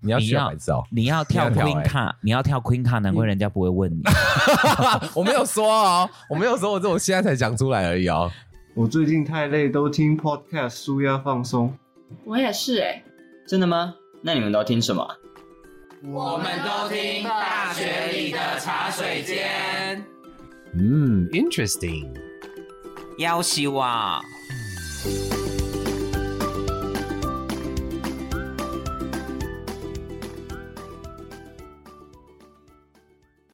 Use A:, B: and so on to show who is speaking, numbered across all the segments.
A: 你要
B: 你
A: 学
B: 要
A: 还是哦？
B: 你要跳
A: 你要跳
C: 哎
B: Queen
A: 欸
B: 卡，你要跳 Queen 卡，难
C: 嗯
B: 怪人家不会 问你。
A: 我没有说哦，我没有说，我这我现在才讲出来而已哦。
D: 我最近太累，都听 podcast 舒压放松。
E: 我也是哎、
F: 真的吗？那你们都听什么啊？
G: 我们都听大学里的茶水间。
H: 嗯，interesting。
B: 要希
C: 啊
B: 望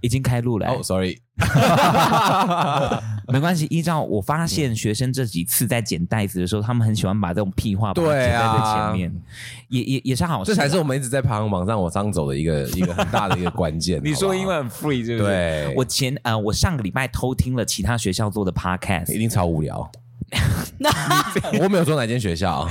B: 已经开录了、
A: 哦，sorry，
B: 没关系。依照我发现，学生这几次在剪带子的时候，他们很喜欢把这种屁话把它
A: 对
B: 剪
A: 啊
B: 在最前面，也也也是好事
A: 这
B: 啊。
A: 才是我们一直在排行榜上往上走的一个一个很大的一个关键。
C: 你
A: 好
C: 说
A: 不好
C: 英文很 free 是不是？，
A: 对，
B: 我前呃，我上个礼拜偷听了其他学校做的 podcast，
A: 一定超无 聊。我没有说哪间学校，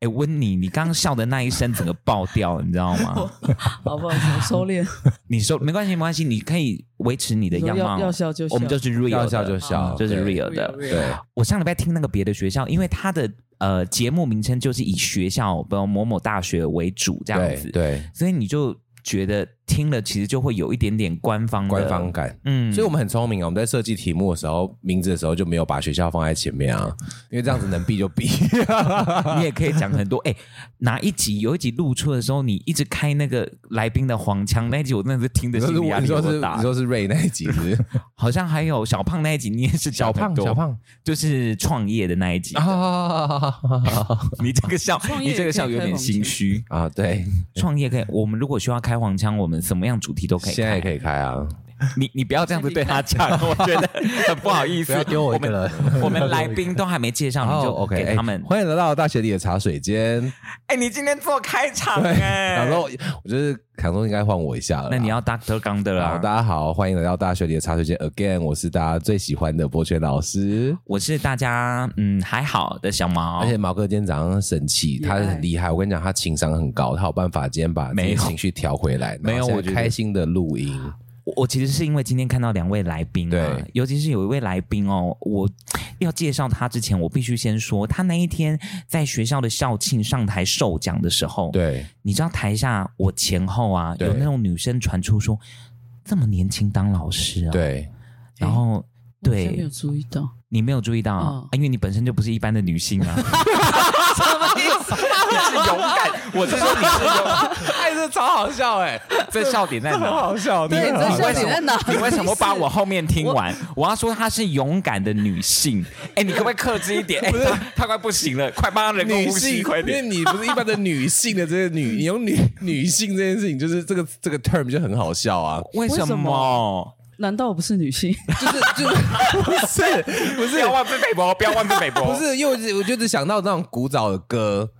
B: 哎、温妮，你刚刚笑的那一声整个爆掉，你知道 吗？
I: 好不好意思？我收敛，
B: 你说没关系，没关系，你可以维持你 的
I: 要
B: 样貌。
I: 要笑就笑，
B: 我们就是 real，
A: 要
B: 的
A: 笑就笑，
B: 就是
A: 对
B: real 的。
A: 对，
B: 我上礼拜听那个别的学校，因为他的呃节目名称就是以学校，比如某某大学为主这样子，
A: 对，对，
B: 所以你就觉得听了其实就会有一点点官方的
A: 官方，感。
B: 嗯，
A: 所以我们很聪明啊，我们在设计题目的时候，名字的时候就没有把学校放在前面啊，因为这样子能避就避。
B: 你也可以讲很 多。哎、哪一集有一集露出的时候，你一直开那个来宾的黄腔，那一集我真的是听
A: 你
B: 得
A: 说
B: 心
A: 是
B: 里压
A: 你
B: 力
A: 说
B: 有
A: 是
B: 多大
A: 你。说是瑞那一集是不 是
B: 好像还有小胖那一集，你也是讲很多，
A: 胖
B: 就是创业的那一集。
A: 啊
B: 你这个笑，
I: 创业
B: 你这个笑有点心虚。
A: 啊对，
B: 创业可以，我们如果需要开黄腔，我们什么样主题都可以 开。
A: 现在也可以开啊，
B: 你你不要这样子对他 讲，我觉得很不好意思。我们
A: 人。
B: 我们来宾都还没介绍，你
A: 哦
B: 就
A: OK，
B: 给
A: 哎
B: 他们。
A: 欢迎来到大学里的茶水间。
B: 哎，你今天做开场
A: 对，
B: 哎
A: 然，后我就是想说应该换我一下了啦。
B: 那你要啊 Doctor 刚的
A: 好，
B: 啦。
A: 大家好，欢迎来到大学里的茶水间 again，我是大家最喜欢的博泉老师。
B: 我是大家嗯还好的小毛
A: 而，且毛哥今天早上生气，他很厉害。我跟你讲，他情商很高，他有办法今天把自
B: 没
A: 己
B: 有
A: 情绪调回来。
B: 没有
A: 然后现在
B: 我觉得
A: 开心的录音，
B: 我我其实是因为今天看到两位来宾、啊，
A: 对，
B: 尤其是有一位来宾哦，我要介绍他之前，我必须先说，他那一天在学校的校庆上台授奖的时候，，
A: 对，
B: 你知道台下我前后啊，
A: 对
B: 有那种女生传出说，这么年轻当老师啊，，
A: 对，
B: 然后。
I: 我好像没有
B: 对
I: 注意 到，
B: 你没有注意到、啊
I: 嗯
B: 因为你本身就不是一般的女性 啊。
C: 你是勇敢，我是说你是勇敢，哎，这超好笑哎，
B: 这笑点在哪？ 好笑！你
I: 对哎这
B: 啊你
I: 笑
B: 为
I: 点在
B: 什
I: 哪
B: 么？你为什么把我后面听完？我要说她是勇敢的女性。哎，你可不可以克制一点？哎，她她快不行了，快帮她人工
A: 女
B: 呼
A: 性，
B: 吸，
A: 因
B: 快点！
A: 为你不是一般的女性的这个女， 你用女女性这件事情，就是这个这个 term 就很好笑啊。
B: 为
I: 什
B: 么？
I: 难道我不是女性？
A: 就是就是不是不
C: 不
A: 是
C: 要妄自菲薄，不要妄自菲薄，
A: 不是，因为我只我就只想到那种古早的歌，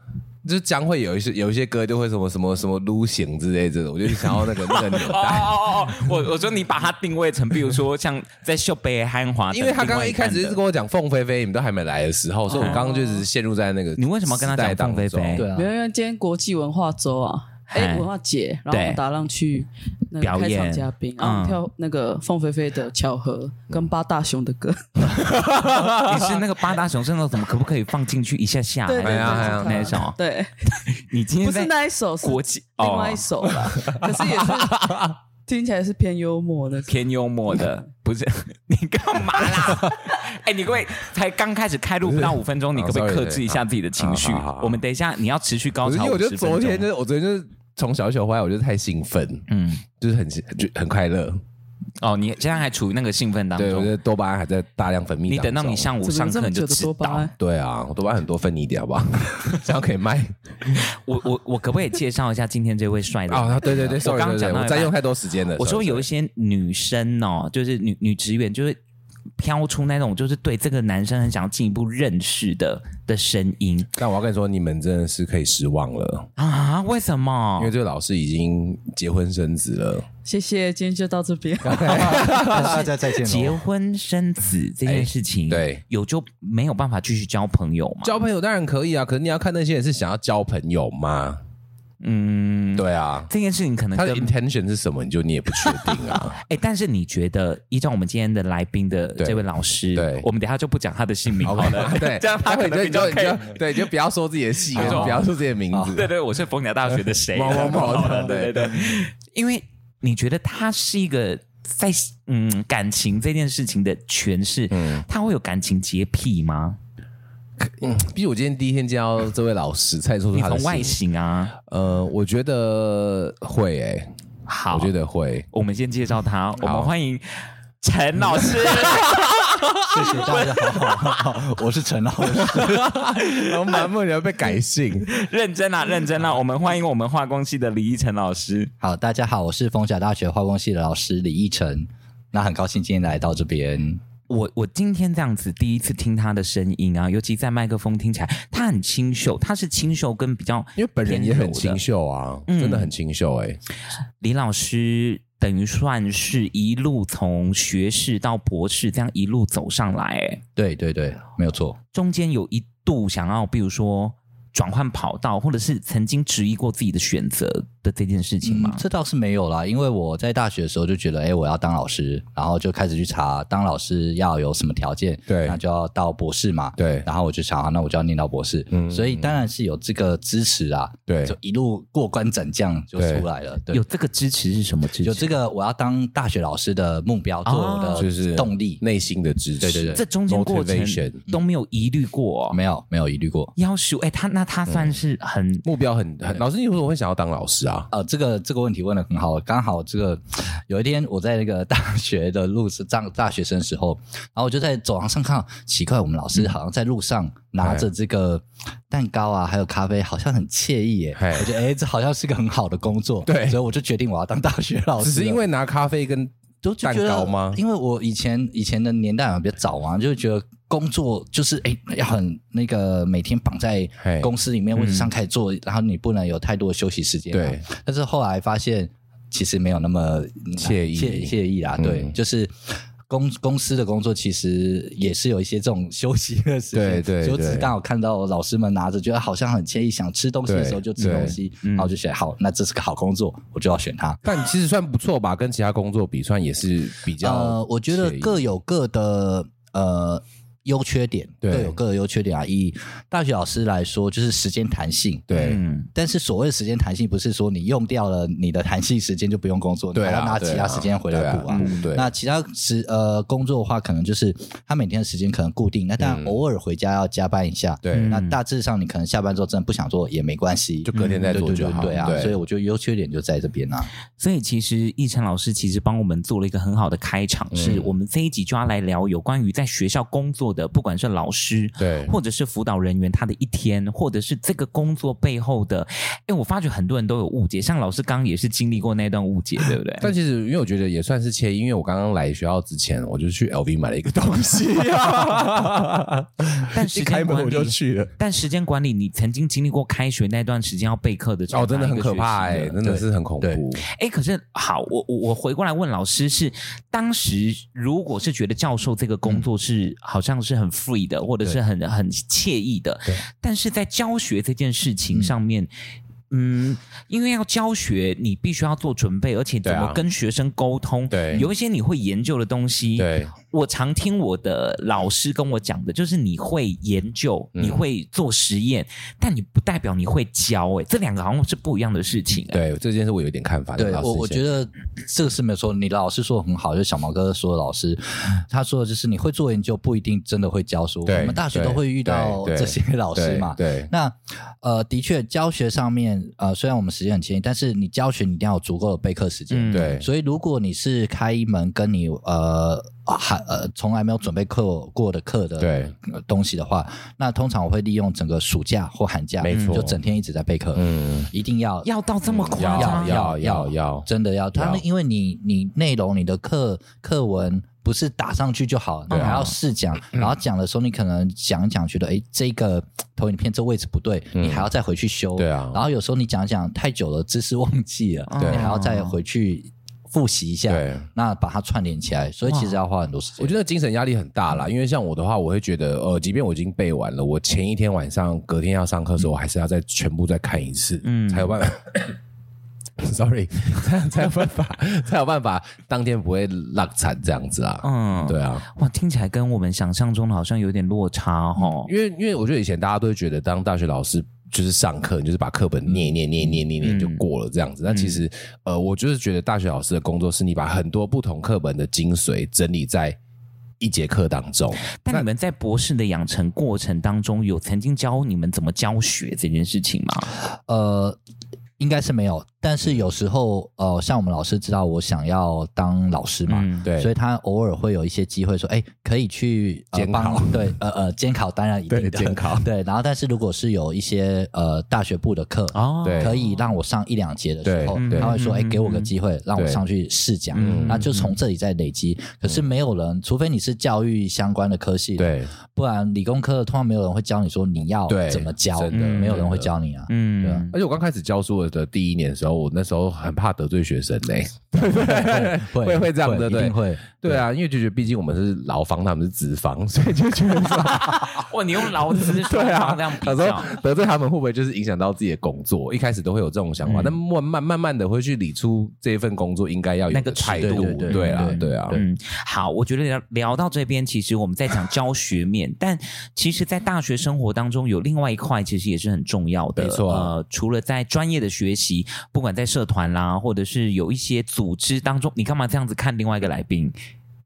A: 就是将会有一些有一些歌就会什么什么什么撸行之类这种，我就想要那个那个年
B: 哦
A: 代。
B: 哦哦！我我说你把它定位成，比如说像在秀北汉 华，
A: 因为他刚刚一开始
B: 是
A: 是跟我讲凤飞飞，你们都还没来的时候，所以我刚刚就只是陷入在那个
B: 你为什么要跟他讲
A: 时代当
B: 凤飞
A: 中
B: 飞
H: 对啊
I: 没，有，因为今天国际文化周啊，哎，
B: 嗨
I: 文化节，然后我们达浪去那
B: 表
I: 个开
B: 演
I: 场嘉宾，然
B: 嗯
I: 后跳那个凤飞飞的《巧合》跟八大雄的 歌，
B: 你是那个八大雄圣斗，怎么可不可以放进去一下下？
I: 对对
A: 哎呀哎呀
B: 那一
I: 对，
B: 首，
I: 对，
B: 你今
I: 不
B: 天
I: 是
B: 在
I: 那一首，是
B: 国际
I: 另外
B: 哦
I: 一首啦， 可是也是听起来是偏幽 默的。
B: 偏幽默的，不是你干嘛啦？哎、你各位才刚开始开录不到五分钟，你可不可以
A: sorry，
B: 克制一下自己的情绪
A: 好好好？
B: 我们等一下你要持续高
A: 不是，
B: 潮
A: 因为我觉得
B: 50分钟
A: 昨天就是我昨天就是从小九回来，我就太兴奋，
B: 嗯，
A: 就是很就很快乐。
B: 哦，你现在还处于那个兴奋当
A: 对，我觉
B: 中，
A: 得多巴胺还在大量分泌当中。
B: 你等到你上午
I: 怎么
B: 上
I: 有这
B: 课
I: 么
B: 你就
I: 久的
B: 知
I: 多巴
B: 道。
I: 胺？
A: 对啊，我多巴胺很多分你一点好 不好？这样可以卖
B: 我我我可不可以介绍一下今天这位帅 的？
A: 啊？对对对
B: 我
A: ，sorry
B: 刚刚
A: sorry，sorry，
B: 讲到
A: 我
B: 一
A: 占
B: 半
A: 用太多时间了。
B: 我说
A: sorry，
B: 有一些女生哦，就是女女职员，就是飘出那种就是对这个男生很想要进一步认识的的声音
A: 但我要跟你说，你们真的是可以失望了，
B: 啊？为什么？
A: 因为这个老师已经结婚生子 了。
I: 谢谢，今天就到这边。
H: 大家再见
B: 结
H: 喽。
B: 婚生子这件事情，
A: 哎对，
B: 有就没有办法继续交朋友嘛？
A: 交朋友当然可以啊，可是你要看那些人是想要交朋友吗？
B: 嗯，
A: 对啊，
B: 这件事情可能
A: 他
B: 跟
A: 的 intention 是什么，你就你也不确定啊。
B: 哎，但是你觉得，依照我们今天的来宾的
A: 对
B: 这位老师，
A: 对
B: 我们等一下就不讲他的姓名好了
A: OK，，对，啊
B: 这样他
A: 待会
B: 可
A: 你就
B: 能比
A: 你就
B: 较
A: 你
B: 可以。
A: 就对，就不要说自己的戏，
B: 啊
A: 就不要说自己的名字。
B: 对对，我是逢甲大学的谁？
A: 某某某
B: 好了
A: 对
B: 对对对，因为你觉得他是一个在嗯感情这件事情的诠释，他会有感情洁癖吗？
A: 嗯，毕竟我今天第一天见到这位老师，才说出
B: 你
A: 他的
B: 从外
A: 形。
B: 形啊，
A: 呃，我觉得会诶、
B: 好，
A: 我觉得会。
B: 我们先介绍他，我们
A: 好
B: 欢迎陈老师。
H: 谢谢大家，好，我是陈老师。
A: 然后满目人被改 姓，
B: 认真啦、认真啦、啊我们欢迎我们化工系的李依晨老师。
H: 好，大家好，我是逢甲大学化工系的老师李义成。那很高兴今天来到这边，
B: 我我今天这样子第一次听他的声音啊，尤其在麦克风听起来，他很清秀，他是清秀跟比较
A: 因为本人也很清
B: 偏柔的。
A: 秀啊，
B: 嗯
A: 真的很清秀欸诶、
B: 李老师等于算是一路从学士到博士这样一路走上来、哎，
H: 对对对，没有错。
B: 中间有一度想要，比如说转换跑道，或者是曾经质疑过自己的选择的这件事情吗？
H: 嗯这倒是没有啦，因为我在大学的时候就觉得，哎、我要当老师，然后就开始去查当老师要有什么条件，
A: 对
H: 那就要到博士嘛，
A: 对
H: 然后我就想，啊那我就要念到博士，
A: 嗯
H: 所以当然是有这个支持啊，
A: 对
H: 就一路过关斩将就出来了，对，
B: 有这个支持是什么支持？
H: 有这个我要当大学老师的目标做我
B: 哦
A: 就是
H: 的动力，
A: 内心的支持。
H: 对对对嗯
B: 这中间过程
A: motivation
B: 都没有疑虑过、哦，
H: 没嗯有没有疑虑过。
B: 要求哎，他那他算是很、
A: 目标很很，老师，你为什么会想要当老师啊？
H: 呃，这个这个问题问的很好，刚好这个有一天我在那个大学的路是上大学生的时候，然后我就在走廊上看到，奇怪，我们老师
A: 嗯
H: 好像在路上拿着这个蛋糕啊，还有咖啡，好像很惬意耶。
A: 嘿
H: 我觉得哎，这好像是个很好的工作，
A: 对
H: 所以我就决定我要当大学老师
A: 只
H: 了。
A: 是因为拿咖啡跟
H: 就就
A: 蛋
H: 觉得
A: 糕吗？
H: 因为我以前以前的年代嘛比较早嘛，就觉得工作就是哎、要很那个每天绑在
A: 嘿
H: 公司里面位置上开始做，然后你不能有太多的休息时间。啊
A: 对，
H: 但是后来发现其实没有那么嗯
A: 惬意
H: 惬惬意啦。
A: 嗯
H: 对，就是。公公司的工作其实也是有一些这种休息的时
A: 对
H: 间，
A: 对
H: 所以我只
A: 对
H: 是刚好看到老师们拿着，觉得好像很惬意，想吃东西的时候就吃
A: 对
H: 东西，
B: 嗯
H: 然后就选好，那这是个好工作，我就要选它。
A: 但其实算不错吧，跟其他工作比，算也是比较惬意。
H: 呃，我觉得各有各的呃优缺点，
A: 对
H: 各有各的优缺点啊。以大学老师来说，就是时间弹性，。
A: 对
B: 嗯，
H: 但是所谓的时间弹性，不是说你用掉了你的弹性时间就不用工作，你
A: 对
H: 还
A: 啊
H: 要拿
A: 对
H: 其他
A: 啊
H: 时间回来补啊
A: 对。啊对
H: 那其他时呃工作的话，可能就是他每天的时间可能固定，那当然偶尔回家要加班一下。
A: 对
H: 那大致上你可能下班之后真的不想做也没关系，
A: 就隔天再
H: 对
A: 做
H: 对
A: 就
H: 对
A: 好。
H: 对啊，所以我觉得优缺点就在这边啊。
B: 所以其实奕晨老师其实帮我们做了一个很好的开场，
H: 嗯
B: 是我们这一集就要来聊有关于在学校工作的，不管是老师。
H: 嗯
A: 对
B: 或者是辅导人员他的一天，或者是这个工作背后的，哎，我发觉很多人都有误解，像老师刚刚也是经历过那段误解，对不对？
A: 但其实，因为我觉得也算是惬意，因为我刚刚来学校之前，我就去 LV 买了一个东 西、
B: 但
A: 一
B: 时
A: 开
B: 间
A: 门
B: 管
A: 我
B: 理
A: 就去了。
B: 但时间管理，你曾经经历过开学那段时间要备课的
A: 哦，真的很可怕
B: 哎、
A: 哎、真的是很恐怖。
B: 哎，可是好，我我我回过来问老师是，当时如果是觉得教授这个
A: 嗯
B: 工作是、好像是很 free 的，或者是很很惬意的，但是在教学这件事情上面。嗯因为要教学，你必须要做准备，而且怎
A: 对
B: 么
A: 啊
B: 跟学生沟通，
A: 对
B: 有一些你会研究的东西，
A: 对，
B: 我常听我的老师跟我讲的，就是你会研究，
A: 嗯
B: 你会做实验，但你不代表你会教、欸，这两个好像是不一样的事情、欸，
A: 对这件事我有点看法。
H: 对我，我觉
A: 得
H: 得这个是没有错。你老师说的很好，就是小毛哥说的老师，他说的就是你会做研究不一定真的会教书。
A: 对
H: 我们大学都会遇到
A: 对对
H: 这些老师嘛。
A: 对
H: 那呃，的确，教学上面呃，虽然我们时间很轻，但是你教学你一定要有足够的备课时间。
B: 嗯
A: 对
H: 所以如果你是开一门跟你呃还呃从来没有准备课过的课的
A: 对
H: 呃东西的话，那通常我会利用整个暑假或寒假，
A: 没错
H: 就整天一直在备课。
A: 嗯，
H: 一定要
B: 嗯要到这么夸
A: 要
B: 张、
A: 要要要
H: 真的要。
A: 啊
H: 他们因为你你内容你的课课文不是打上去就好，你
A: 对啊
H: 还要试讲，然后讲的时候你可能讲一讲觉得哎这个投影片这位置不对，
A: 嗯
H: 你还要再回去修。
A: 对啊嗯
H: 然后有时候你讲一讲太久了，知识忘记了，
B: 对
H: 你还要再回去。复习一下，
A: 对
H: 那把它串联起来，所以其实要花很多时间。
A: 我觉得精神压力很大啦，因为像我的话，我会觉得，呃，即便我已经背完了，我前一天晚上、隔天要上课的时候，我还是要再全部再看一次，嗯，
B: 嗯
A: 才有办法。Sorry，才才有办法，才有办法当天不会落惨这样子啦。
B: 嗯，
A: 对啊，
B: 哇，听起来跟我们想象中的好像有点落差哦。
A: 因为因为我觉得以前大家都会觉得当大学老师。就是上课，你就是把课本念念念念念念
B: 嗯
A: 就过了这样子。但其实，呃，我就是觉得大学老师的工作是你把很多不同课本的精髓整理在一节课当中。
B: 但你们在博士的养成过程当中，有曾经教你们怎么教学这件事情吗？
H: 呃，应该是没有，但是有时候呃，像我们老师知道我想要当老师嘛，
B: 嗯，
A: 对，
H: 所以他偶尔会有一些机会说，哎、可以去、呃、
A: 监考
H: 帮对，呃呃，监考当然一定的
A: 对监考
H: 对，然后但是如果是有一些呃大学部的课。
B: 哦，
A: 对
H: 可以让我上一两节的时候
A: 对，嗯
B: 对
H: 他会说：“哎、给我个机会，让我
A: 对
H: 上去试讲。
B: 嗯”
H: 那就从这里再累积。可是没有人，除非你是教育相关的科系，，
A: 对，
H: 不然理工科的通常没有人会教你说你要
A: 对
H: 怎么教，
A: 真
B: 的
H: 没有人会
A: 真的
H: 教你啊。对啊
B: 嗯，
A: 而且我刚开始教书的第一年的时候，我那时候很怕得罪学生呢、
H: 会
A: 会会这样对不
H: 一
A: 对
H: 定会。
A: 对啊，因为就觉得毕竟我们是劳方，他们是资方，所以就觉得说，
B: 哇，你用劳资
A: 对啊，
B: 这样比
A: 他
B: 较
A: 说，得罪他们会不会就是影响到自己的工作？一开始都会有这种想法，
B: 嗯
A: 但慢慢慢慢的会去理出这份工作应该要有
B: 那
A: 的
B: 个
A: 态
B: 尺
A: 度
B: 度，
H: 对
A: 对啊，
H: 对
A: 对啊，
B: 嗯，好，我觉得聊聊到这边，其实我们在讲教学面，但其实，在大学生活当中，有另外一块其实也是很重要的。
A: 没错
B: 呃，除了在专业的学习，不管在社团啦，或者是有一些组织当中，你干嘛这样子看另外一个来宾？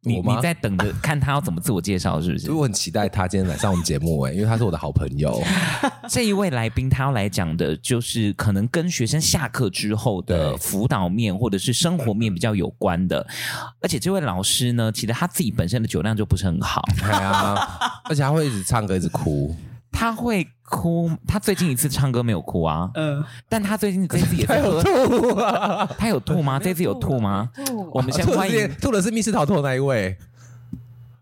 B: 你
A: 我吗
B: 你在等着看他要怎么自我介绍，是不是
A: 所以？我很期待他今天来上我们节目哎、因为他是我的好朋友，
B: 这一位来宾他要来讲的，就是可能跟学生下课之后的
A: 对
B: 辅导面或者是生活面比较有关的。而且这位老师呢，其实他自己本身的酒量就不是很 好，
A: 对啊，而且他会一直唱歌，一直哭，
B: 他会哭。他最近一次唱歌没有哭啊，
I: 嗯，
B: 但他最近这次也是喝， 他有吐吗？这次有吐吗？我们先
A: 吐的
B: 欢
A: 是
B: 迎，
A: 吐的是密室逃脱的那一位，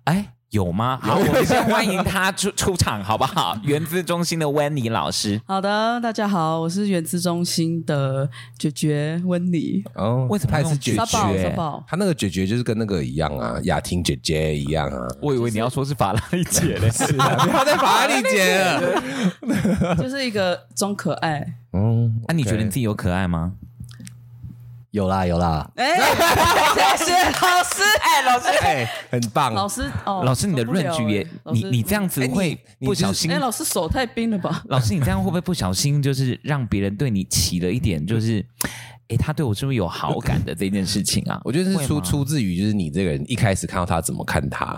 B: 哎。有吗？好，我们先欢迎他出出场，好不 好？原子中心的温妮老师，
I: 好的，大家好，我是原子中心的姐姐温妮，
A: 哦，
B: 为什么
A: 他也
B: 用
A: 是解
B: 姐
I: 沙
B: 姐
I: 宝沙宝，
A: 他那个姐姐就是跟那个一样啊，雅婷姐姐一样啊。
B: 我以为你要说是法拉利姐嘞，是啊，
A: 不要再法拉利姐了。
I: 就是一个装可爱。
A: 嗯，
B: 啊那你觉得你自己有可爱吗？
H: 有啦有啦，
I: 哎， 谢谢老师， 哎，老师，
A: 哎、很棒。
I: 老师，哦，
B: 老师，你的
I: 受不了
B: range 也
I: 哎，老
B: 你
I: 师
B: 你这样子
A: 哎你
B: 会
A: 你
B: 不
A: 就是
B: 小心
I: 哎，，老师手太冰了吧？
B: 老师，你这样会不会不小 心就是让别人对你起了一点就是，哎，他对我是不是有好感的这件事情啊？
A: 我觉得
B: 会
A: 是
B: 吗
A: 出出自于就是你这个人一开始看到他怎么看他。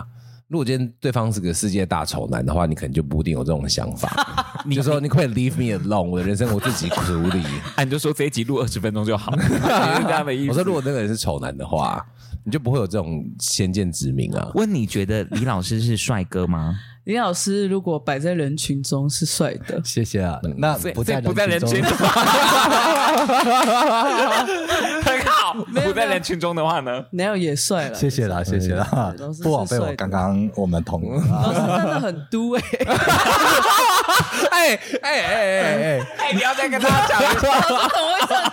A: 如果今天对方是个世界大丑男的话，你可能就不一定有这种想法， 你就说你快点 leave me alone，我的人生我自己处理。
B: 啊，你就说这一集录二十分钟就好， 就是这样的意思。
A: 我说，如果那个人是丑男的话，你就不会有这种先见之明啊。
B: 问你觉得李老师是帅哥吗？
I: 李老师如果摆在人群中是帅的，
H: 谢谢啊。那
B: 所以
H: 不在
B: 所以不在人
H: 中
B: 群中， 很好。
I: 有
B: 不在人群中的话呢？
I: 没有也帅了。
H: 谢谢啦谢谢
B: 嗯
H: 啦
I: 对老师，是
H: 不枉被
I: 帅
H: 我
I: 的
H: 刚刚我们啊同
I: 老师真的很嘟哎，
A: 哎哎哎哎哎，
B: 哎，你要再跟他讲一下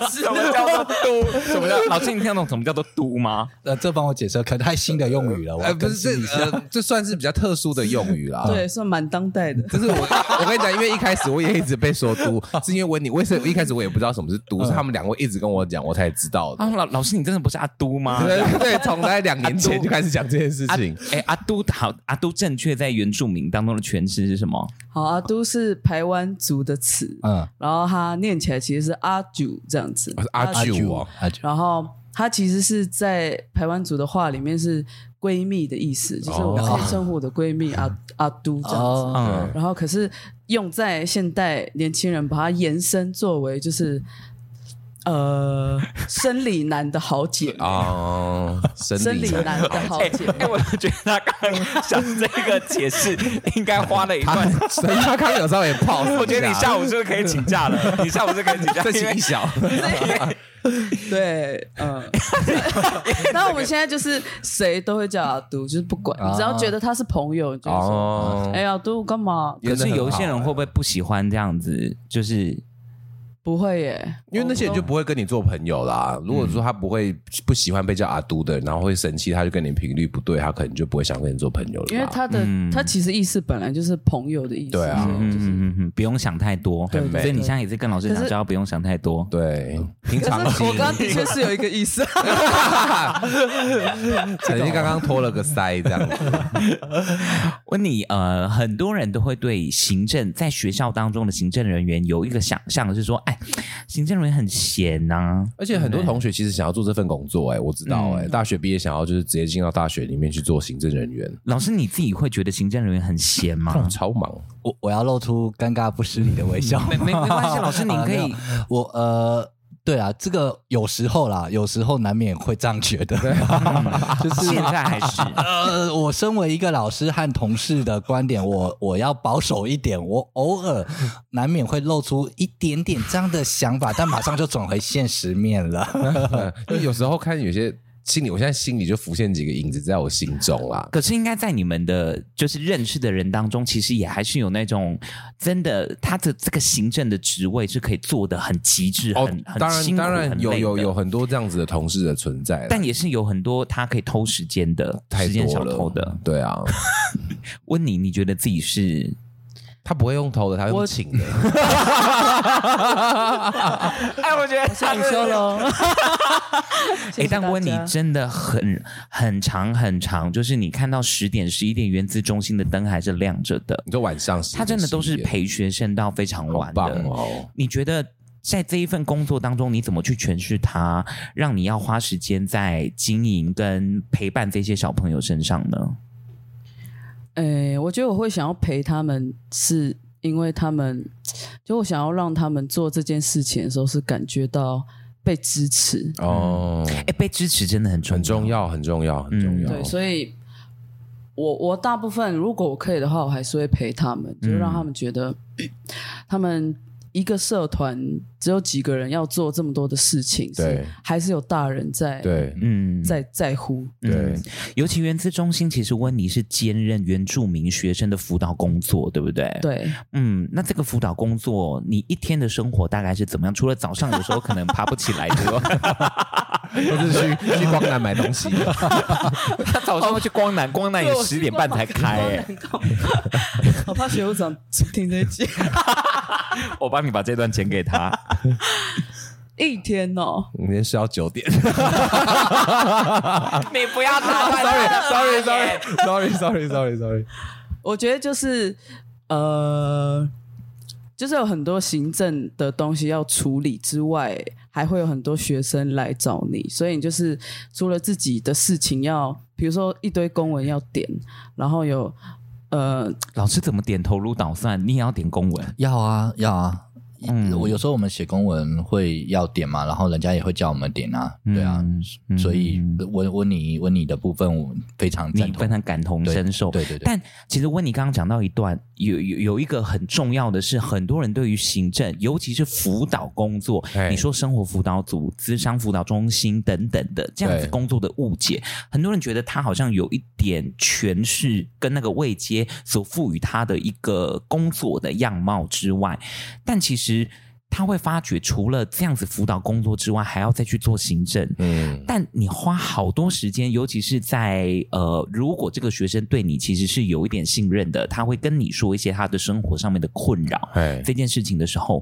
B: 什么叫做嘟？什么叫老师？你听得懂什么叫做嘟吗？
H: 呃，这帮我解释，可太新的用语了，我
B: 哎
A: 呃，
H: 要
A: 不
H: 更
A: 是
H: 新一
A: 这
H: 下。
A: 呃，这算是比较特殊的用语
H: 啊
A: 啦。
I: 对，算蛮当代的。
A: 就是我，我跟你讲，因为一开始我也一直被说嘟，是因为温妮，为什么一开始我也不知道什么是嘟，是他们两位一直跟我讲，我才知道的
B: 啊，。老老师，你真的不是阿嘟吗？
A: 对对，从大概两年前就开始讲这件事
B: 阿
A: 情。
B: 哎，阿都好，阿都正确在原住民当中的诠释是什么？
I: 好，阿都是台湾族的词，
H: 嗯，
I: 然后它念起来其实是阿九这样子
A: 我，是阿
I: 九，
A: 九哦，
H: 啊就
I: 然后它其实是在台湾族的话里面是闺蜜的意
A: 哦
I: 思，就是我可以称呼我的闺蜜
A: 嗯
I: 阿阿都这样子。
B: 嗯，
I: 然后可是用在现代年轻人，把它延伸作为就是呃 生理男的好姐妹，
A: 啊，生
I: 生
A: 理
I: 理
A: 男
I: 男的好姐妹
B: 哎、。我觉得他刚刚想这个解释，应该花了一
A: 他
B: 段。
A: 所以他刚 有时候也泡，
B: 我觉得你下午是不是可以请假 了？你下午是可以请假，
A: 再
B: 因
A: 请
B: 为
A: 一小，
I: 对，嗯，那我们现在就是谁都会叫阿杜，就是不管，
H: 啊
I: 你只要觉得他是朋友，你就说，哎
A: 哦
I: 哎，呀，阿杜干嘛？
B: 可是有一些人会不会不喜欢这样子？就是
I: 不不会耶，
A: 因为那些人就不会跟你做朋友啦。如果说他不会不喜欢被叫阿都的，然后会生气，他就跟你频率不对，他可能就不会想跟你做朋友了吧。
I: 因为他的、他其实意思本来就是朋友的意思，
A: 对啊
I: 所以
B: 嗯
I: 就是
B: 嗯嗯嗯，不用想太多，
I: 对
A: 对
B: 所以你现在也是跟老师
I: 可
B: 讲，
I: 是
B: 教不用想太多。
A: 对平常
I: 可是
A: 心
I: 我，刚刚的确是有一个意思，
A: 陈曦刚刚托了个腮这样子，
B: 问你，呃，很多人都会对行政在学校当中的行政人员有一个想象，是说，哎，行政人员很闲啊呐、
A: 而且很多同学其实想要做这份工作，哎，我知道，哎，大学毕业想要就是直接进到大学里面去做行政人员，
B: 老师你自己会觉得行政人员很闲吗
A: 干？超忙。
H: 我我要露出尴尬不失礼的微笑。
B: 没没 没关系，老师您
H: 啊
B: 可
H: 没
B: 以
H: 有 我呃，对啊，这个有时候啦，有时候难免会这样觉得。
B: 就是现在还是
H: 呃，我身为一个老师和同事的观点，我我要保守一点，我偶尔难免会露出一点点这样的想法，但马上就转回现实面了。
A: 因为有时候看有些心里，我现在心里就浮现几个影子在我心中啦。
B: 可是应该在你们的就是认识的人当中，其实也还是有那种真的他的这个行政的职位是可以做的很极致，
A: 哦
B: 很，很
A: 当
B: 辛
A: 然，当
B: 苦
A: 然
B: 很
A: 有
B: 累
A: 有
B: 的
A: 有很多这样子的同事的存在啦，
B: 但也是有很多他可以偷时间的，
A: 太
B: 时间
A: 多
B: 小
A: 了
B: 偷的。
A: 对啊，
B: 温妮，你觉得自己 是？
A: 他不会用偷的，他会用请的。
B: 哎，我觉得
I: 下午休喽。
B: 哎
I: 谢，谢
B: 但
I: 大家
B: 温妮真的很很长很长，就是你看到十点十一点，原子中心的灯还是亮着的
A: 你。说晚上10
B: 他真的都是
A: 11点
B: 陪学生到非常
A: 好
B: 晚
A: 棒
B: 的。
A: 哦。
B: 你觉得在这一份工作当中，你怎么去诠释它，让你要花时间在经营跟陪伴这些小朋友身上呢？
I: 诶，哎我觉得我会想要陪他们，是因为他们，就我想要让他们做这件事情的时候是感觉到被支持，
A: 哦，
B: 哎，被支持真的很重
A: 很重。要，很重要，很重
B: 嗯
A: 要。
I: 对，所以我我大部分如果我可以的话，我还是会陪他们，就让他们觉得、 他们。一个社团只有几个人要做这么多的事情，
A: 对
I: 是还是有大人在
A: 对
B: 嗯，
I: 在在乎。
A: 对
B: 嗯，尤其原资中心，其实温妮是兼任原住民学生的辅导工作，对不对？，
I: 对，
B: 嗯，那这个辅导工作，你一天的生活大概是怎么样？除了早上有时候可能爬不起来，对 吧？
A: 或者去去光南买东西，
B: 他早上会去光南，光南也十点半才开、哎，
I: 我怕学务长听这一集。
B: 我帮你把这段剪给他。
I: 一天哦，
A: 明天是要九点。
B: 你不要打
A: Sorry，Sorry，Sorry，Sorry，Sorry，Sorry，Sorry。
I: 我觉得就是呃，就是有很多行政的东西要处理之外，还会有很多学生来找你，所以你就是除了自己的事情要，比如说一堆公文要点，然后有呃，
B: 老师怎么点头如捣蒜？你也要点公文？
H: 要啊，要啊。
B: 嗯
H: 我有时候我们写公文会要点嘛，然后人家也会叫我们点啊，对啊，
B: 嗯嗯
H: 所以温温你温你的部分我非常赞
B: 你
H: 同
B: 非，常感同
H: 对
B: 身受。
H: 对对对，
B: 但其实温妮刚刚讲到一段，有有有一个很重要的是，很多人对于行政，尤其是辅导工作
A: 哎，
B: 你说生活辅导组、资商辅导中心等等的这样子
A: 对
B: 工作的误解，很多人觉得他好像有一点权势跟那个位阶所赋予他的一个工作的样貌之外，但其实他会发觉，除了这样子辅导工作之外，还要再去做行政，
A: 嗯，
B: 但你花好多时间，尤其是在呃，如果这个学生对你其实是有一点信任的，他会跟你说一些他的生活上面的困扰
A: 哎，
B: 这件事情的时候，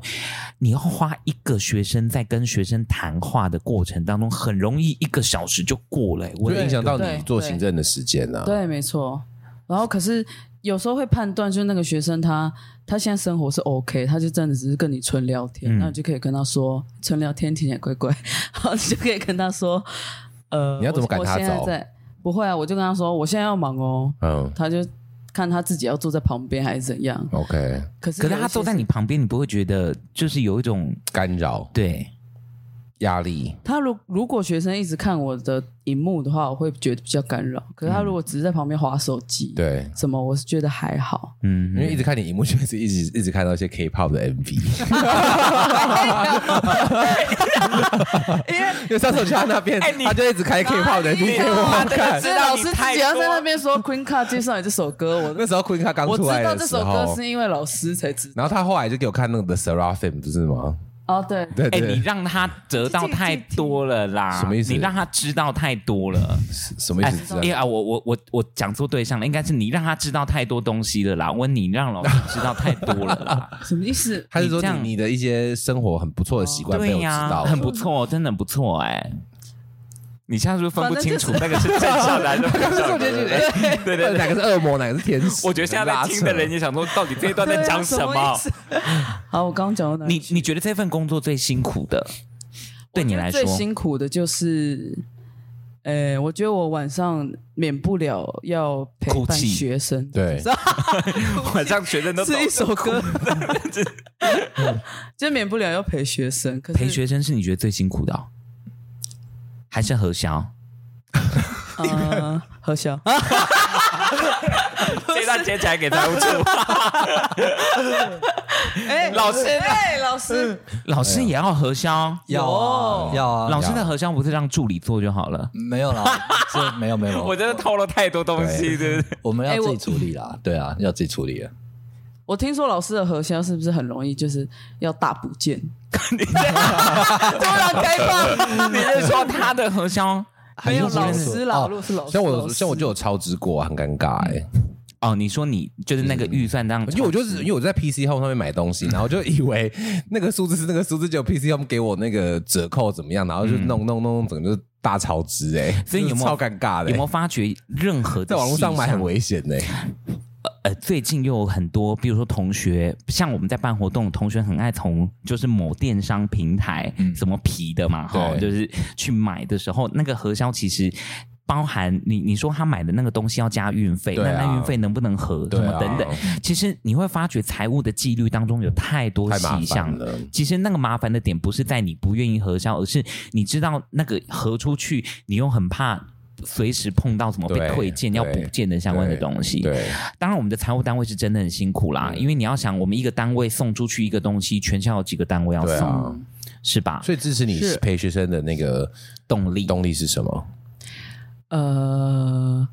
B: 你要花一个学生在跟学生谈话的过程当中，很容易一个小时就过了、欸。我
A: 会影响到你
I: 对
A: 做行政的时间啊。
I: 对，没错。然后可是有时候会判断，就是那个学生他他现在生活是 OK，他就真的只是跟你纯聊天，
B: 嗯
I: 那你就可以跟他说纯聊天，听起来怪 怪，然后你就可以跟他说，呃，
A: 你要怎么赶
I: 我
A: 他
I: 我现在
A: 走
I: 在不会啊，我就跟他说我现在要忙哦，
A: 嗯
I: 他就看他自己要坐在旁边还是怎样。
A: ，OK，
I: 可是
B: 可
I: 有
B: 是
I: 一些
B: 他坐在你旁边，你不会觉得就是有一种
A: 干扰、
B: 对
A: 压力，
I: 他如如果学生一直看我的荧幕的话，我会觉得比较干扰。可是他如果只是在旁边划手机，，
A: 嗯对。
I: 什么我是觉得还好。
B: 嗯，
A: 因为一直看你荧幕，就是一直一直看到一些 K-pop 的 MV，因为上 次我去他那边，他就一直开 K-pop 的 MV 给我看。
I: 所以老师自己要在那边说 Queen Card 介绍你这首歌，我
A: 那时候 Queen 他刚
I: 我知
A: 出来
I: 道
A: 的
I: 这
A: 时
I: 首歌
A: 候，
I: 是因为老师才知道。
A: 然后他后来就给我看那个 The Seraphim，不是吗？
I: 哦，对，
A: 对
B: 哎、
A: 对，
B: 你让他得到太多了啦，
A: 什么意思
B: 你让他知道太多了。
A: 什么意思？
B: 哎呀，我我我我讲错对象了，应该是你让他知道太多东西了啦。温你让老师知道太多了啦，
I: 什么意思？
A: 他是说
B: 你这样哦
A: 你你的一些生活 很不错的习惯被
B: 对
A: 我知
B: 呀、
A: 道了，
B: 很不错，真的很不错哎、 你现在是不是分不清楚那个是正向的还是反向的？对对对对
A: 对，
B: 对
A: 哪个是恶魔，哪个是天使？
B: 我觉得现在在听的人
A: 拉扯，
B: 也想说，到底这一段
I: 对
B: 在
I: 啊
B: 讲什
I: 么
B: 么
I: 意？思？好，我刚刚讲到哪里
B: 你你觉得这份工作最辛苦的，对你来说
I: 最辛苦的就是，呃，我觉得我晚上免不了要陪
B: 哭
I: 伴
B: 泣
I: 学生，
A: 对，
B: 晚上学生都
I: 是一首歌，就免不了要陪学生。可是
B: 陪学生是你觉得最辛苦的、哦，还是核销？
I: 呃，何笑，
B: 这一段截起来给财务处。
I: 哎，老师，哎，老师，
B: 老师也要核销，
H: 要啊要啊，
B: 老师
H: 要
B: 的
H: 啊
B: 核销不是让助理做就好了？
H: 没有啦，这没有没有，
B: 我真的透露太多东西，哦对不对？
H: 我们要
I: 哎
H: 自
I: 我
H: 己处理啦，对啊，要自己处理啊。
I: 我听说老师的核销是不是很容易，就是要大补 件？
B: 突然开放， 你是说他的核销？
I: 没有
H: 还是
I: 老
H: 说
I: 师啦，如果是老师，
A: 像
I: 老
A: 我
I: 师
A: 像我就有超支过，很尴尬哎、
B: 哦，你说你就是那个预算这样，
A: 因为我就是因为我在 PC Home 上面买东西，然后就以为那个数字是那个数字，就 PC Home 给我那个折扣怎么样，然后就弄弄弄，整个就是大超支哎、
B: 嗯所以有没有
A: 超尴尬的、欸
B: 有没有发觉任何的
A: 在网络上买
B: 细项
A: 很危险呢、
B: 呃，最近又有很多，比如说同学，像我们在办活动，同学很爱从就是某电商平台，什么皮的嘛，哈，
A: 嗯对
B: 就是去买的时候，那个核销其实。包含你你说他买的那个东西要加运费，
A: 对啊
B: 那那运费能不能合什
A: 对
B: 么
A: 啊
B: 等等，其实你会发觉财务的纪律当中有太多
A: 欸太麻烦
B: 细项
A: 了
B: 其实那个麻烦的点不是在你不愿意核销，而是你知道那个核出去，你又很怕随时碰到什么被
A: 对
B: 退件、要补
A: 对
B: 件的相关的东西。
A: 对，
B: 当然，我们的财务单位是真的很辛苦啦，因为你要想，我们一个单位送出去一个东西，全校有几个单位要
A: 对
B: 送，
A: 啊
B: 是吧？
A: 所以支持你
I: 是
A: 陪学生的那个
B: 动力
A: 动力是什么？
I: 呃，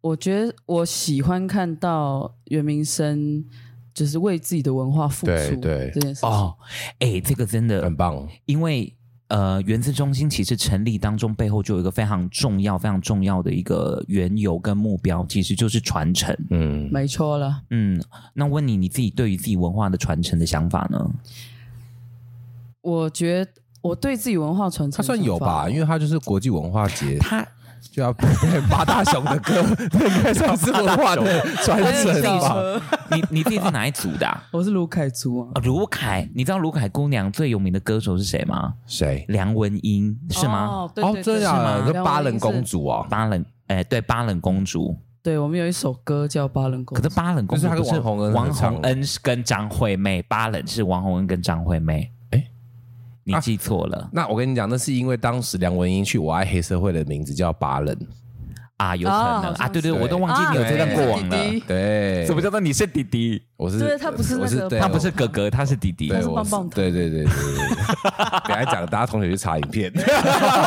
I: 我觉得我喜欢看到袁明生就是为自己的文化付出
A: 对对
I: 这件事情。
B: 哦，哎、这个真的
A: 很，棒，
B: 因为呃，原子中心其实成立当中背后就有一个非常重要、非常重要的一个缘由跟目标，其实就是传承。
A: 嗯，
I: 没错了，
B: 嗯，那问你，你自己对于自己文化的传承的想法呢？
I: 我觉得我对自己文化传承
A: 他算有吧，因
I: 为
A: 为他就是国际文化节，
B: 他
A: 就要 配八大雄的 歌，那应该算是文化的传承吧。
B: 你你自己是哪一组的 啊、
I: 我是卢凯族啊，
B: 啊卢凯，你知道卢凯姑娘最有名的歌手是谁吗？
A: 谁？
B: 梁文音是吗？
I: 哦，对
A: 哦
I: 对，
A: 真
I: 对
A: 的啊，
I: 是吗
A: 这巴冷公主啊，
B: 巴冷，哎、对，巴冷公主。
I: 对我们有一首歌叫《巴冷公
B: 可
I: 主
B: 是》，巴冷公主
A: 就是她
B: 不
A: 跟
B: 是
A: 王洪恩合
B: 王
A: 唱
B: 洪恩是跟张惠妹，巴冷是王洪恩跟张惠妹。
A: 哎
B: 你记错了
A: 那我跟你讲，那是因为当时梁文音去《我爱黑社会》的名字叫巴冷，
B: 啊有可
I: 哦
B: 能、
I: 好像
B: 啊，对对，
A: 是
B: 我都忘记你有这段过往了。
I: 啊对弟弟
A: 对，
B: 什么叫做你是弟弟？
A: 我是
I: 对他不是那个
A: 我是对
B: 他不是哥哥，他是弟弟。
A: 对
I: 是
A: 我
I: 棒棒糖
A: 对对对对对对，等一下讲，大家同学去查影 片，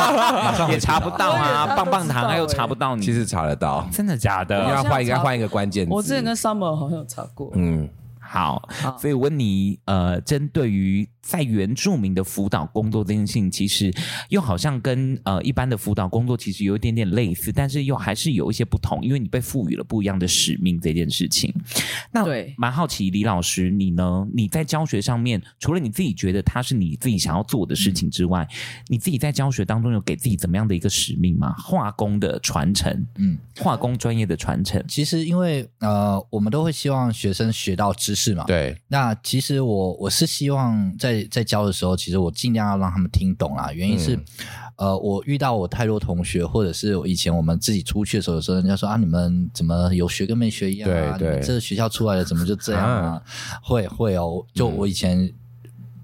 B: 也查不到啊，
I: 啊对他都知道
B: 棒棒糖
I: 哎
B: 还有查不到你。
A: 其实查得到，
B: 真的假
A: 应该
B: 的？
A: 要换应该换一个关键字。
I: 我之前跟 Summer 好像有查过，啊
A: 嗯，
B: 好
I: 好，
B: 所以温妮，呃，针对于在原住民的辅导工作这件事情，其实又好像跟呃一般的辅导工作其实有一点点类似，但是又还是有一些不同，因为你被赋予了不一样的使命这件事情。那
I: 对
B: 蛮好奇李老师，你呢？你在教学上面，除了你自己觉得它是你自己想要做的事情之外，你自己在教学当中有给自己怎么样的一个使命吗？化工的传承，
H: 嗯，
B: 化工专业的传承，
H: 其实因为呃，我们都会希望学生学到知识嘛。。
A: 对，
H: 那其实我我是希望在在教的时候，其实我尽量要让他们听懂啦。原因是，
A: 嗯
H: 呃，我遇到我太多同学，或者是我以前我们自己出去的时候，有时候人家说啊，你们怎么有学跟没学一样
A: 对
H: 啊？
A: 对
H: 你们这个学校出来的怎么就这样啊？会会哦，就我
A: 嗯
H: 以前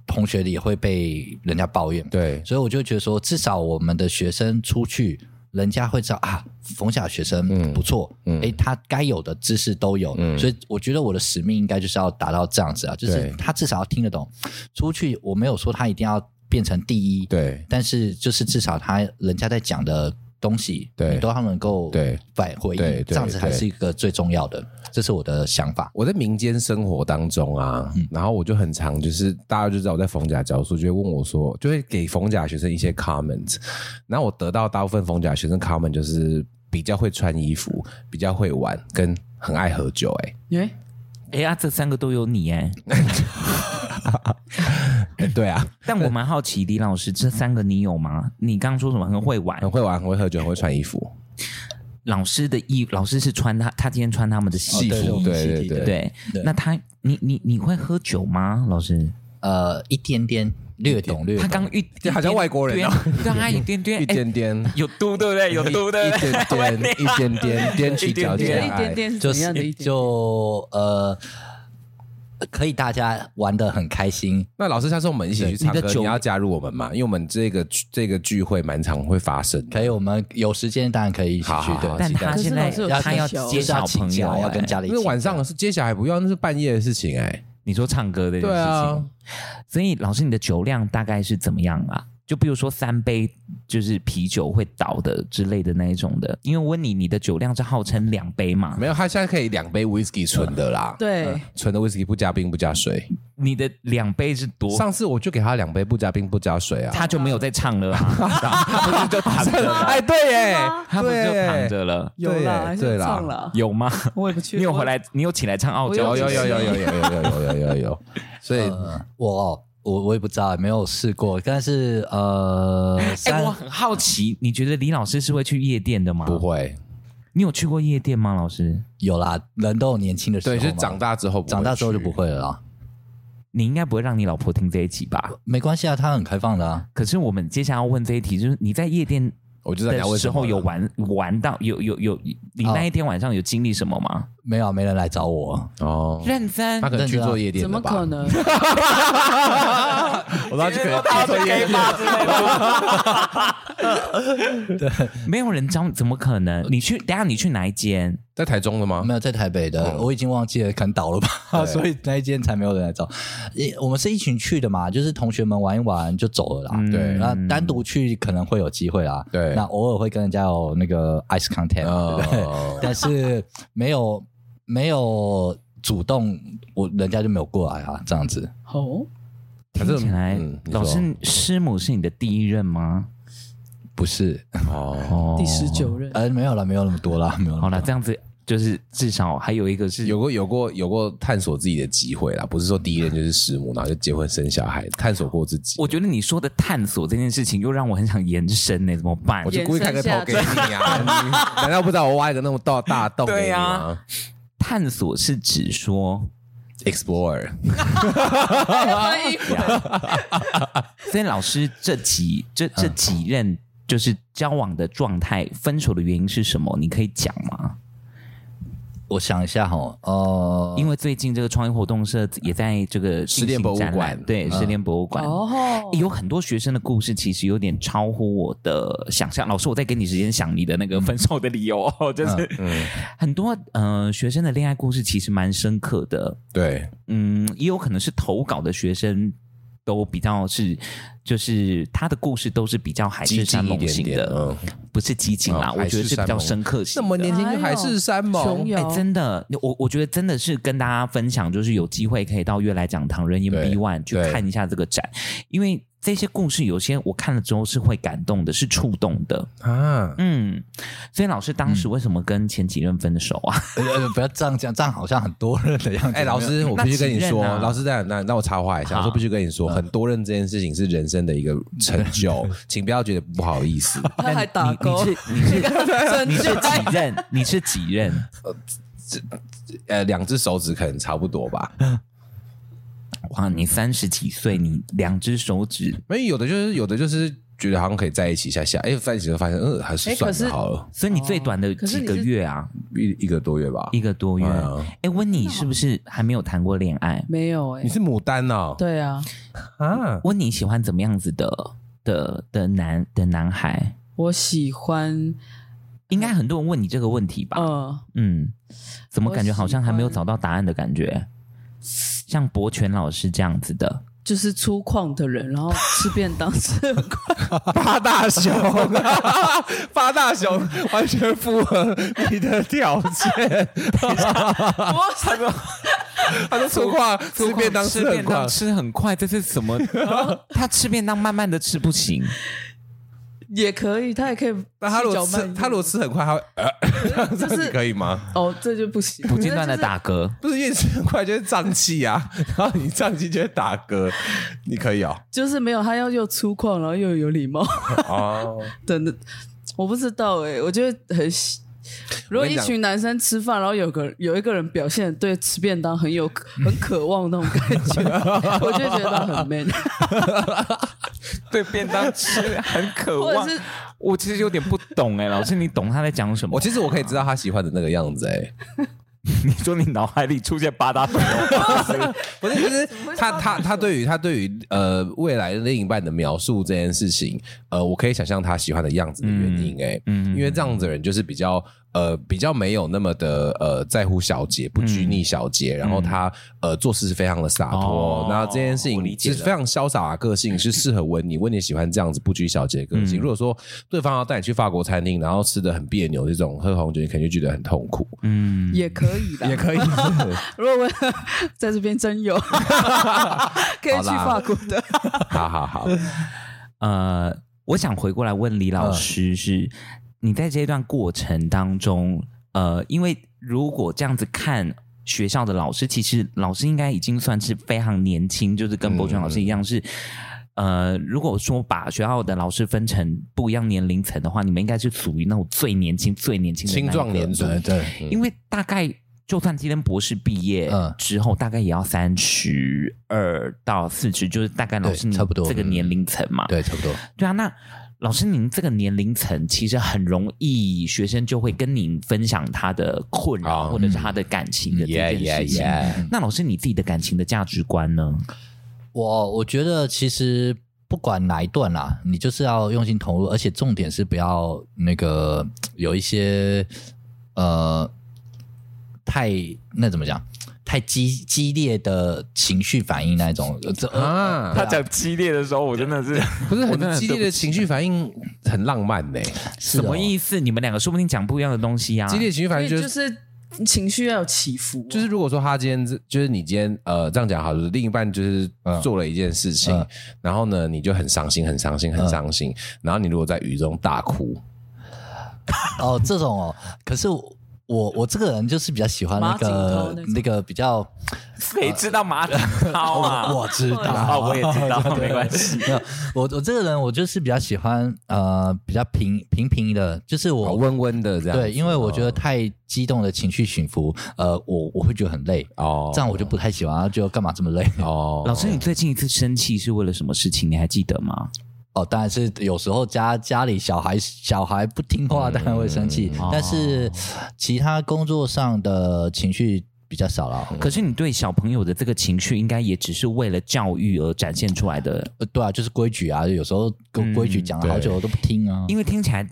H: 同学里也会被人家抱怨。
A: 对，
H: 所以我就觉得说，至少我们的学生出去，人家会知道啊，冯小学生
A: 嗯
H: 不错，
A: 嗯
H: 诶，他该有的知识都有，
A: 嗯
H: 所以我觉得我的使命应该就是要达到这样子啊，就是
A: 对
H: 他至少要听得懂。出去我没有说他一定要变成第一，，
A: 对，
H: 但是就是至少他人家在讲的。东西，
A: 对
H: 你都要能够
A: 对
H: 反回
A: 对
H: 应，
A: 对
H: 这样子才
A: 对
H: 是一个最重要的。这是我的想法。
A: 我在民间生活当中啊，然后我就很常就是大家就知道我在逢甲教书，就会问我说，就会给逢甲学生一些 comment，然后我得到大部分逢甲学生 comment 就是比较会穿衣服，比较会玩，跟很爱喝酒、欸，
I: 耶、
B: 哎呀，这三个都有你哎，
A: 哎、对啊，
B: 但我蛮好奇，李老师这三个你有吗？你刚刚说什么很会玩
A: 很？会玩，很会喝酒，很会穿衣服，
B: 老师的衣，老师是穿他，他今天穿他们的戏
H: 对
B: 服，
A: 哦对对对
B: 对。那他，你你你会喝酒吗？老师，
H: 呃，一点点略懂略懂。
B: 他刚遇，
A: 这好像外国人哦
B: 对啊对他一点点，
A: 一点点，
B: 哎有嘟对不对？有嘟对
A: 一
B: 不
A: 点
B: 对？
A: 点，一点点，踮起脚尖，
I: 一点点是
H: 就
I: 怎样的
H: 是
I: 一点点？
H: 就呃，可以大家玩的很开心。
A: 那老师，下次我们一起去唱
B: 你
A: 歌，
B: 的
A: 你
B: 酒
A: 要加入我们嘛？因为我们这个这个聚会蛮常会发生的。
H: 可以，我们有时间当然可以一起
A: 好
H: 去
A: 好好
H: 的，
B: 但
A: 期待
B: 他
I: 可是
B: 现
I: 老
B: 在
I: 师有
B: 他要
I: 请假
B: 接小朋友
H: 要
B: 哎，
H: 跟家里
A: 因
H: 请
A: 为
H: 假，
A: 晚上是接小孩不要，那是半夜的事情哎、
B: 你说唱歌的这件
A: 对
B: 事
A: 啊
B: 情，所以老师你的酒量大概是怎么样啊？就比如说三杯就是啤酒会倒的之类的那一种的，因为温妮你的酒量是号称两杯嘛，
A: 没有，他现在可以两杯 whisky 纯的啦，
I: 对
B: 呃
A: 嗯，纯的 whisky 不加冰不加水。
B: 你的两杯是多，
A: 上次我就给他两杯不加冰不加水啊，
B: 他就没有在唱了啊，
A: 不是就躺着了？ 哎，对耶，
B: 他不是就
A: 对
B: 躺着了，
I: 有
A: 对
I: 啦，还
A: 对
I: 是
A: 啦
I: 唱啦。
B: 有吗？
I: 我也不确
B: 你有回来，你有起来唱傲娇？
A: 有有有有有有有有有有有有，所以
H: 呃我哦我我也不知道，没有试过，但是呃，
B: 哎，
H: 三
B: 我很好奇，你觉得李老师是会去夜店的吗？
A: 不，会，
B: 你有去过夜店吗？老师，
H: 有啦，人都有年轻的时候
A: 对，
H: 嘛，
A: 就是嗯长大之后不会去，
H: 长大之后就不会了啦。
B: 你应该不会让你老婆听这一集吧？
H: 没关系啊，他很开放的啊。
B: 可是我们接下来要问这一题，就是你在夜店
A: 我就在聊
B: 的
A: 为
B: 时
A: 什
B: 候
A: 么
B: 有
A: 了
B: 玩玩到有有有，你
H: 哦
B: 那一天晚上有经历什么吗？
H: 没有，啊没人来找我。
A: 哦，
B: 认真
A: 他可能去做夜店
I: 怎
A: 了
I: 么
A: 吧？
I: 可能？
A: 我当时可能去做夜店。
B: 没有人教你，怎么可能？你去，等一下你去哪一间？
A: 在台中的吗？
H: 没有在台北的，
A: 嗯
H: 我已经忘记了，可能倒了吧， 所以那一间才没有人来找。诶我们是一群去的嘛，就是同学们玩一玩就走了啦。
B: 嗯
A: 对
H: 那单独去可能会有机会啦，
A: 对
H: 那偶尔会跟人家有那个 ice contact，、
A: 哦
H: 对不对？但是没有 没有主动，我人家就没有过来啊，这样子。
I: 哦，
A: 反正
B: 听起来
A: 嗯，你说
B: 老师师母是你的第一任吗？
H: 不是，
A: 哦，
B: 哦
I: 第十 九任，
H: 呃，没有了，没有那么多啦，没有那么多。
B: 好了，这样子就是至少还有一个是
A: 有过有过有过探索自己的机会啦，不是说第一任就是师母，然后就结婚生小孩，探索过自己。
B: 我觉得你说的探索这件事情，又让我很想延伸呢、怎么办
A: 我？就故意开个头给
I: 延
A: 你啊！你难道不知道我挖一个那么大大洞给
B: 对
A: 你
B: 啊
A: 吗
B: 探索是指说，
A: ？Explore，
B: 所以老师这几
A: 嗯
B: 这这几任就是交往的状态，分手的原因是什么？你可以讲吗？
H: 我想一下哈，呃，
B: 因为最近这个创意活动社也在这个进行
A: 失恋博物
B: 展览
A: 馆嗯
B: 对失恋博物馆。
I: 哦
B: 有很多学生的故事，其实有点超乎我的想象。老师，我再给你时间想你的那个
A: 嗯
B: 分手的理由 哦，就是很多呃学生的恋爱故事其实蛮深刻的。
A: 对，
B: 嗯，也有可能是投稿的学生都比较是，就是他的故事都是比较海誓
A: 激
B: 山
A: 进一
B: 盟
A: 点
B: 型
A: 点，
B: 的
A: 嗯，，
B: 不是激进啦，
A: 哦
B: 我觉得是比较深刻型
A: 那
B: 的。
A: 么年轻就海誓山盟
I: 穷，
B: 哎、
I: 游
B: 真的，我我觉得真的是跟大家分享，就是有机会可以到悦来讲堂人言
A: 对
B: B One 去
A: 对
B: 看一下这个展，因为这些故事有些我看了之后是会感动的，是触动的。
A: 啊，
B: 嗯，所以老师当
A: 嗯
B: 时为什么跟前几任分手啊？
H: 呃呃不要这样讲，这样好像很多人的样子。
A: 哎、老
H: 没有，
A: 师，我必须跟你
B: 那几
A: 说，
B: 任啊
A: 老师这样，那那我插话一下，
B: 好嗯
A: 我说必须跟你说，很多人这件事情是人生的一个成 就，请不要觉得不好意思。
I: 他还打
B: 哎你
I: 勾，
B: 你是你是
I: 真
B: 你是
I: 的
B: 几任？你是几任？
A: 呃，两只手指可能差不多吧，
B: 哇，你三十几岁，你两只手指，
A: 没有有的就是有的就是觉得好像可以在一起一下下，哎、在一起就发现，嗯，还是
I: 哎
A: 算
I: 可
A: 了
I: 是
A: 好了，
B: 所以你最短的
I: 哦可是
B: 几
I: 你
B: 个
I: 是
B: 月啊，
A: 一一个多月吧。
B: 一个多月。
A: 哎呀
B: 哎、温妮是不是还没有谈过恋爱？
I: 没有哎
A: 你，是牡丹哦，
I: 对啊，
A: 啊，
B: 温妮喜欢怎么样子的的的男的男孩？
I: 我喜欢，
B: 应该很多人问你这个问题吧？
I: 嗯，
B: 嗯，怎么感觉
I: 我喜欢
B: 好像还没有找到答案的感觉？像博全老师这样子的，
I: 就是粗犷的人，然后吃便当吃很快。
A: 八大熊，八大熊完全符合你的条 件。他说粗犷，吃便当
B: 吃
A: 吃很
B: 便
A: 快
B: 当，吃很快，这是什 么？他吃便当慢慢的吃不行，
I: 也可以，他也可以。
A: 但他如果
I: 细嚼慢
A: 吃，
I: 咽
A: 他如果吃很快，他会呃，这
I: 就
A: 样你
I: 是
A: 可以吗？
I: 哦，这就不行，
B: 不间断的打嗝。
A: 不是，因为吃很快就是胀气啊， 然后你胀气就会打嗝，你可以哦。
I: 就是，就是没有他要又粗犷，然后又有礼貌。
A: 哦，
I: 真的，我不知道哎、我觉得很喜。如果一群男生吃饭，然后有个有一个人表现得对吃便当很有很渴望那种感 觉，我就觉得他很 man，
B: 对便当吃很渴
I: 或
B: 望
I: 者是，
B: 我其实有点不懂哎，老师你懂他在讲什么？
A: 我其实我可以知道他喜欢的那个样子，哎，
B: 你说你脑海里出现八大熊，
A: 不是，就是他他他对于他对于呃未来另一半的描述这件事情，呃，我可以想象他喜欢的样子的原因、哎、
B: 嗯
A: 因为这样子的人就是比较呃比较没有那么的呃在乎小节，不
B: 嗯
A: 拘泥小节，然后他呃做事是非常的洒
B: 哦
A: 脱，那、这件事
B: 我理
A: 情
B: 解
A: 是
B: 了
A: 非常潇洒的个性，是适合温妮，温妮喜欢这样子不拘小节的个
B: 嗯
A: 性。如果说对方要带你去法国餐厅，然后吃的很别扭，这种喝红酒你肯定觉得很痛苦，
B: 嗯，
I: 也可以 的。
A: 可以。
I: 如果我 在这边真 有，可以去法国的，
A: 好好好，
B: 嗯呃，我想回过来问李
H: 嗯
B: 老师是，你在这段过程当中，呃，因为如果这样子看。学校的老师，其实老师应该已经算是非常年轻，就是跟博泉老师
H: 嗯
B: 一样是，呃，如果说把学校的老师分成不一样年龄层的话，你们应该是属于那种最年轻、最年轻的那一
A: 青
B: 个
A: 壮年组
H: 对对，
B: 因为大概就算今天博士毕业
H: 嗯
B: 之后，大概也要三十二到四十，就是大概老师
H: 对
B: 您
H: 差不多嗯
B: 这个年龄层嘛。
H: 对，差不多。
B: 对啊，那老师您这个年龄层其实很容易，学生就会跟您分享他的困
A: 哦
B: 扰、或者是他的感情的这件
A: 嗯 Yeah,
B: 事
A: yeah,
B: 情。
A: yeah
B: 那老师你自己的感情的价值观呢？
H: 我我觉得其实不管哪一段啦，你就是要用心投入，而且重点是不要那个有一些呃太那怎么讲，太激激烈的情绪反应那一种。呃这、呃
A: 啊，
B: 他讲激烈的时候，我真的 是
A: 不是
B: 我
A: 很
B: 真的
A: 激烈的情绪反应，很浪漫呢、
H: 哦
B: 什么意思？你们两个说不定讲不一样的东西啊。
A: 激烈情绪
I: 所
A: 反
I: 以
A: 应就是、就
I: 就
A: 是、
I: 是情绪要有起伏，哦
A: 如果说他今天就是你今天呃这样讲好了，另一半就是做了一件事情，
H: 嗯
A: 然后呢你就很伤心，很伤心，很伤心，然后你如果在雨中大哭，
H: 哦，这种哦，可是我。我我这个人就是比较喜欢那
I: 马
H: 个
I: 景涛那种
H: 那个比较，
B: 谁知道马子涛 啊？
H: 我知道
B: 啊， 我也知道，没关系。
H: 没有我我这个人我就是比较喜欢呃比较平平平的，就是我
A: 我温温的这样子，哦
H: 对，因为我觉得太激动的情绪起伏，呃，我我会觉得很累，
A: 哦
H: 这样我就不太喜欢，就干嘛这么累？
A: 哦，
B: 老师，你最近一次生气是为了什么事情？你还记得吗？
A: 嗯
H: 哦，当然是有时候家家里小孩小孩不听话，当然会生气，
A: 嗯
B: 哦
H: 但是其他工作上的情绪比较少
A: 嗯
H: 了。
B: 可是你对小朋友的这个情绪，应该也只是为了教育而展现出来的，
H: 呃对啊，就是规矩啊，有时候
A: 嗯
H: 跟规矩讲了好久我都不听啊。
B: 因为听起来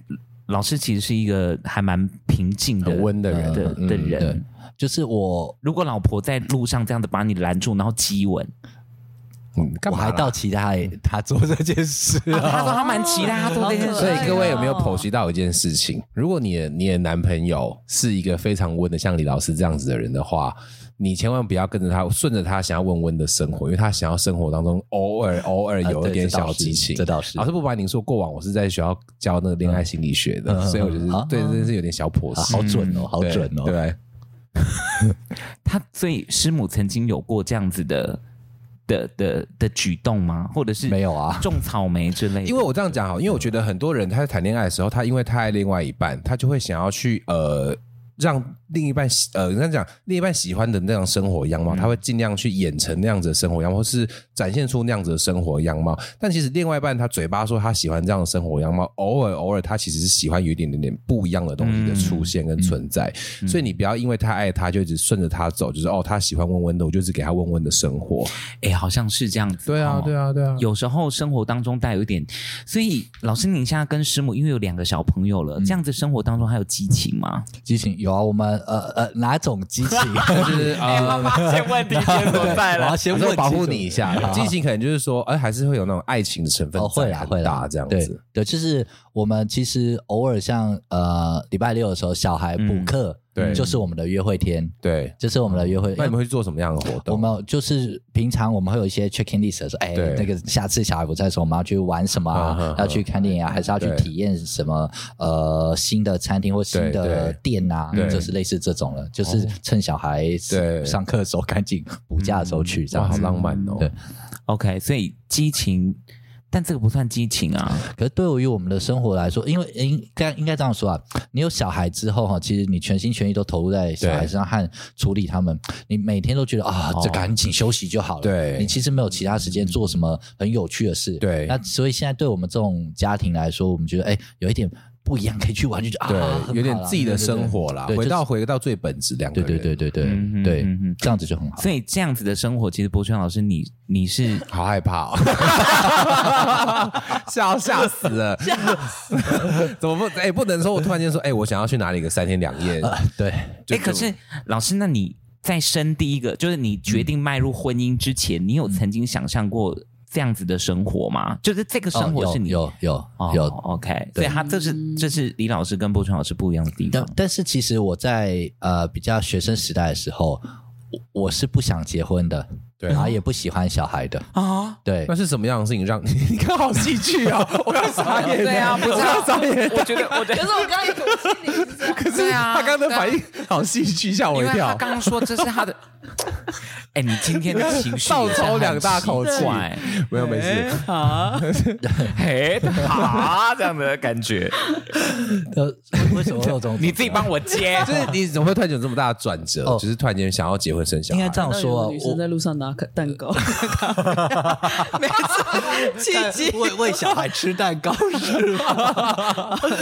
B: 老师其实是一个还蛮平静的、
A: 很温的人
B: 的的
A: 嗯
B: 人。
H: 对，就是我
B: 如果老婆在路上这样子把你拦住，然后激吻，
A: 嗯干
H: 我
A: 嘛
H: 还
A: 啦
H: 到期待他做这件事 啊。
B: 他说他蛮期待他做这件
I: 好
A: 所
I: 可
A: 以
I: 爱
B: 事。
A: 各位有没有
I: 哎呦
A: 剖析到一件事情？如果你的你的男朋友是一个非常温的，像李老师这样子的人的话，你千万不要跟着他，顺着他想要温温的生活，因为他想要生活当中偶 尔偶尔有
H: 呃
A: 一
H: 对
A: 点
H: 这倒
A: 小
H: 是
A: 激情。啊
H: 这倒是
A: 老师不瞒您说，过往我是在学校教那个恋爱心理学的，所以我就是、
H: 啊
A: 对这件事有点小剖析。
H: 好准哦，好
A: 对
H: 准哦！
A: 对，
B: 他所以师母曾经有过这样子的的的的举动吗？或者是
H: 没有啊
B: 种草莓之类的？
A: 因为我这样讲好，因为我觉得很多人他在谈恋爱的时候，他因为太爱另外一半，他就会想要去呃。让另一半喜呃，人家讲另一半喜欢的那样生活样貌，他会尽量去演成那样子的生活样貌，或是展现出那样子的生活样貌。但其实另外一半他嘴巴说他喜欢这样的生活样貌，偶尔偶尔他其实是喜欢有一点点点不一样的东西的出现跟存在。所以你不要因为太爱他就一直顺着他走，就是哦他喜欢温温的，我就只给他温温的生活。
B: 哎、好像是这样子。
A: 对啊，
B: 哦
A: 对啊，对啊。
B: 有时候生活当中带有一点，所
A: 嗯
B: 以老师，您现在跟师母因为有两个小朋友了，这样子生活当中还有激情吗？
H: 激情有求啊，我们呃呃哪种激 情？
A: 就是呃，
B: 发现问题点所在
H: 我要
B: 了。
H: 先
A: 我
H: 问
A: 说保护
H: 清楚
A: 你一下
H: 好，好
A: 激情可能就是说，哎，还是会有那种爱情的成分
H: 哦，会
A: 在
H: 啦，
A: 很
H: 会啦
A: 大，这样子。
H: 对。对，就是我们其实偶尔像呃礼拜六的时候，小孩补课，
A: 嗯对
H: 就是我们的约会天，
A: 对，
H: 就是我们的约会。
A: 那你们会做什么样的活
H: 我
A: 动？
H: 们就是平常我们会有一些 check in list，说哎，
A: 对
H: 那个下次小孩不在的时候，我们要去玩什么
A: 啊哈
H: 啊
A: 哈？
H: 要去看电影啊，还是要去
A: 对
H: 体验什么呃新的餐厅或新
A: 对
H: 的
A: 对
H: 店啊
A: 对？
H: 就是类似这种了，就是
A: 哦
H: 趁小孩
A: 对
H: 上课的时候赶紧补假的时候去，这
A: 哇，
H: 样
A: 好
H: 子。
A: 浪漫哦！
H: 对
B: OK，所以激情，但这个不算激情啊。
H: 可是对于我们的生活来说，因为应该应该这样说啊，你有小孩之后哈，其实你全心全意都投入在小孩身上和处理他们，你每天都觉得啊，这赶紧休息就好了。
A: 哦对
H: 你其实没有其他时间做什么很有趣的事。
A: 对
H: 那所以现在对我们这种家庭来说，我们觉得哎，有一点不一样，可以去玩，就觉得啊，很好
A: 对，有点
H: 啦
A: 自己的
H: 对对对
A: 生活啦，
H: 对
A: 回
H: 就是
A: 到回到最本质，两个
H: 对
A: 人
H: 对对对
B: 嗯哼
H: 对对
B: 嗯哼，
H: 这样子就很 好。
B: 所以这样子的生活，其实博轩老师，你你是
A: 好害怕哦， 吓吓死了， 怎么不？哎、不能说我突然间说，哎、我想要去哪里个三天两夜，
H: 啊，对，
A: 就
B: 哎、可是老师，那你在生第一个，就是你决定迈入婚姻之前，你有曾经想象过这样子的生活
A: 嗯
B: 吗？就是这个
H: 哦
B: 生活是你、
H: 有有
B: 哦
H: 有有
B: OK，所
H: 对
B: 以他这是这是李老师跟波川老师不一样的地
H: 但
B: 方。
H: 但是其实我在呃比较学生时代的时候，我我是不想结婚的，
A: 对
H: 然后也不喜欢小孩的，
B: 啊，
H: 对
A: 那。是什么样的事情让你？ 你看好戏剧啊！我要傻眼，
B: 对啊不是
A: 我
B: 啊
A: 要傻眼。
B: 我觉得，我觉
I: 可是我刚刚一口气里是这样，
A: 可是
B: 对啊
A: 他刚刚的反应好戏剧，吓我一
B: 因为他
A: 跳。
B: 刚刚说这是他的， 哎、你今天的情 绪
A: 倒
B: 也是
A: 抽
B: 很
A: 两大口
B: 奇
A: 气
B: 怪
A: 没有没事，
B: 啊，嘿，啊，这样的感觉，
H: 呃，为什么会有这种？
B: 你自己帮我接，
A: 就是你怎么会突然间有这么大的转折？
H: 哦
A: 就是突然间想要结婚生小
H: 应
A: 孩，
H: 该这样说啊，
I: 女生在
H: 我
I: 路上拿蛋糕， 每次契 机
H: 喂喂小孩吃蛋糕是吗？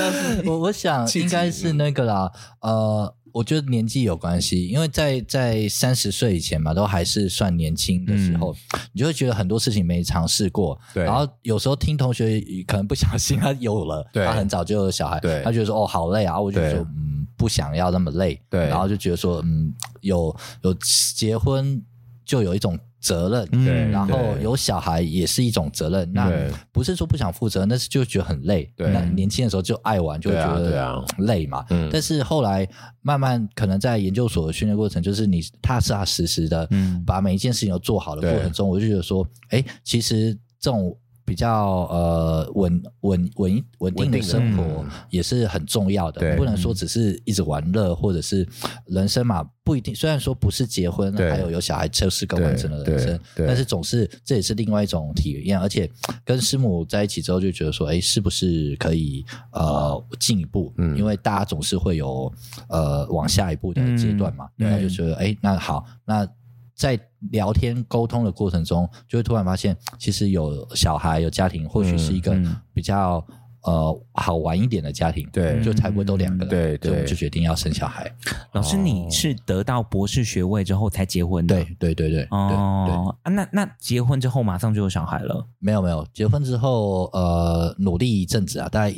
H: 我我想应该是那个啦，呃，我觉得年纪有关系，因为在在三十岁以前嘛，都还是算年轻的时候，你就会觉得很多事情没尝试过，
A: 对
H: 然后有时候听同学可能不小心他有了，
A: 对
H: 他很早就有小孩，
A: 对
H: 他觉得说哦好累啊，我就觉得
A: 对
H: 说嗯不想要那么累，
A: 对
H: 然后就觉得说嗯有有结婚就有一种责任，
A: 嗯对
H: 然后
A: 对
H: 有小孩也是一种责任，那
A: 对
H: 不是说不想负责，那是就觉得很累。
A: 对
H: 那年轻的时候就爱玩，就会
A: 对啊
H: 觉
A: 对啊
H: 得累嘛。
A: 嗯
H: 但是后来慢慢可能在研究所的训练过程，就是你踏踏实实的
B: 嗯
H: 把每一件事情都做好的
A: 对
H: 过程中，我就觉得说，哎，其实这种。比较呃稳稳稳稳定
A: 稳定的
H: 的生活
A: 嗯
H: 也是很重要的，
A: 对
H: 不能说只是一直玩乐或者是人生嘛，不一定。虽然说不是结婚，
A: 对
H: 还有有小孩，就是更
A: 对
H: 完整的
A: 对
H: 人生，
A: 对
H: 但是总是这也是另外一种体验，而且跟师母在一起之后就觉得说，哎，是不是可以呃进一步？
A: 嗯
H: 因为大家总是会有呃往下一步的阶段嘛，
A: 嗯
H: 然后就觉得哎，那好，那。在聊天沟通的过程中，就会突然发现，其实有小孩、有家庭，或许是一个
B: 嗯嗯
H: 比较、呃好玩一点的家庭，
A: 对
H: 就才不会都两个人，
A: 对对
H: 所以我们就决定要生小孩。
B: 老师，
A: 哦
B: 你是得到博士学位之后才结婚的？
H: 对，对对对，对对，
B: 哦，啊、那那结婚之后马上就有小孩了，
H: 没有没有，结婚之后呃努力一阵子啊，大概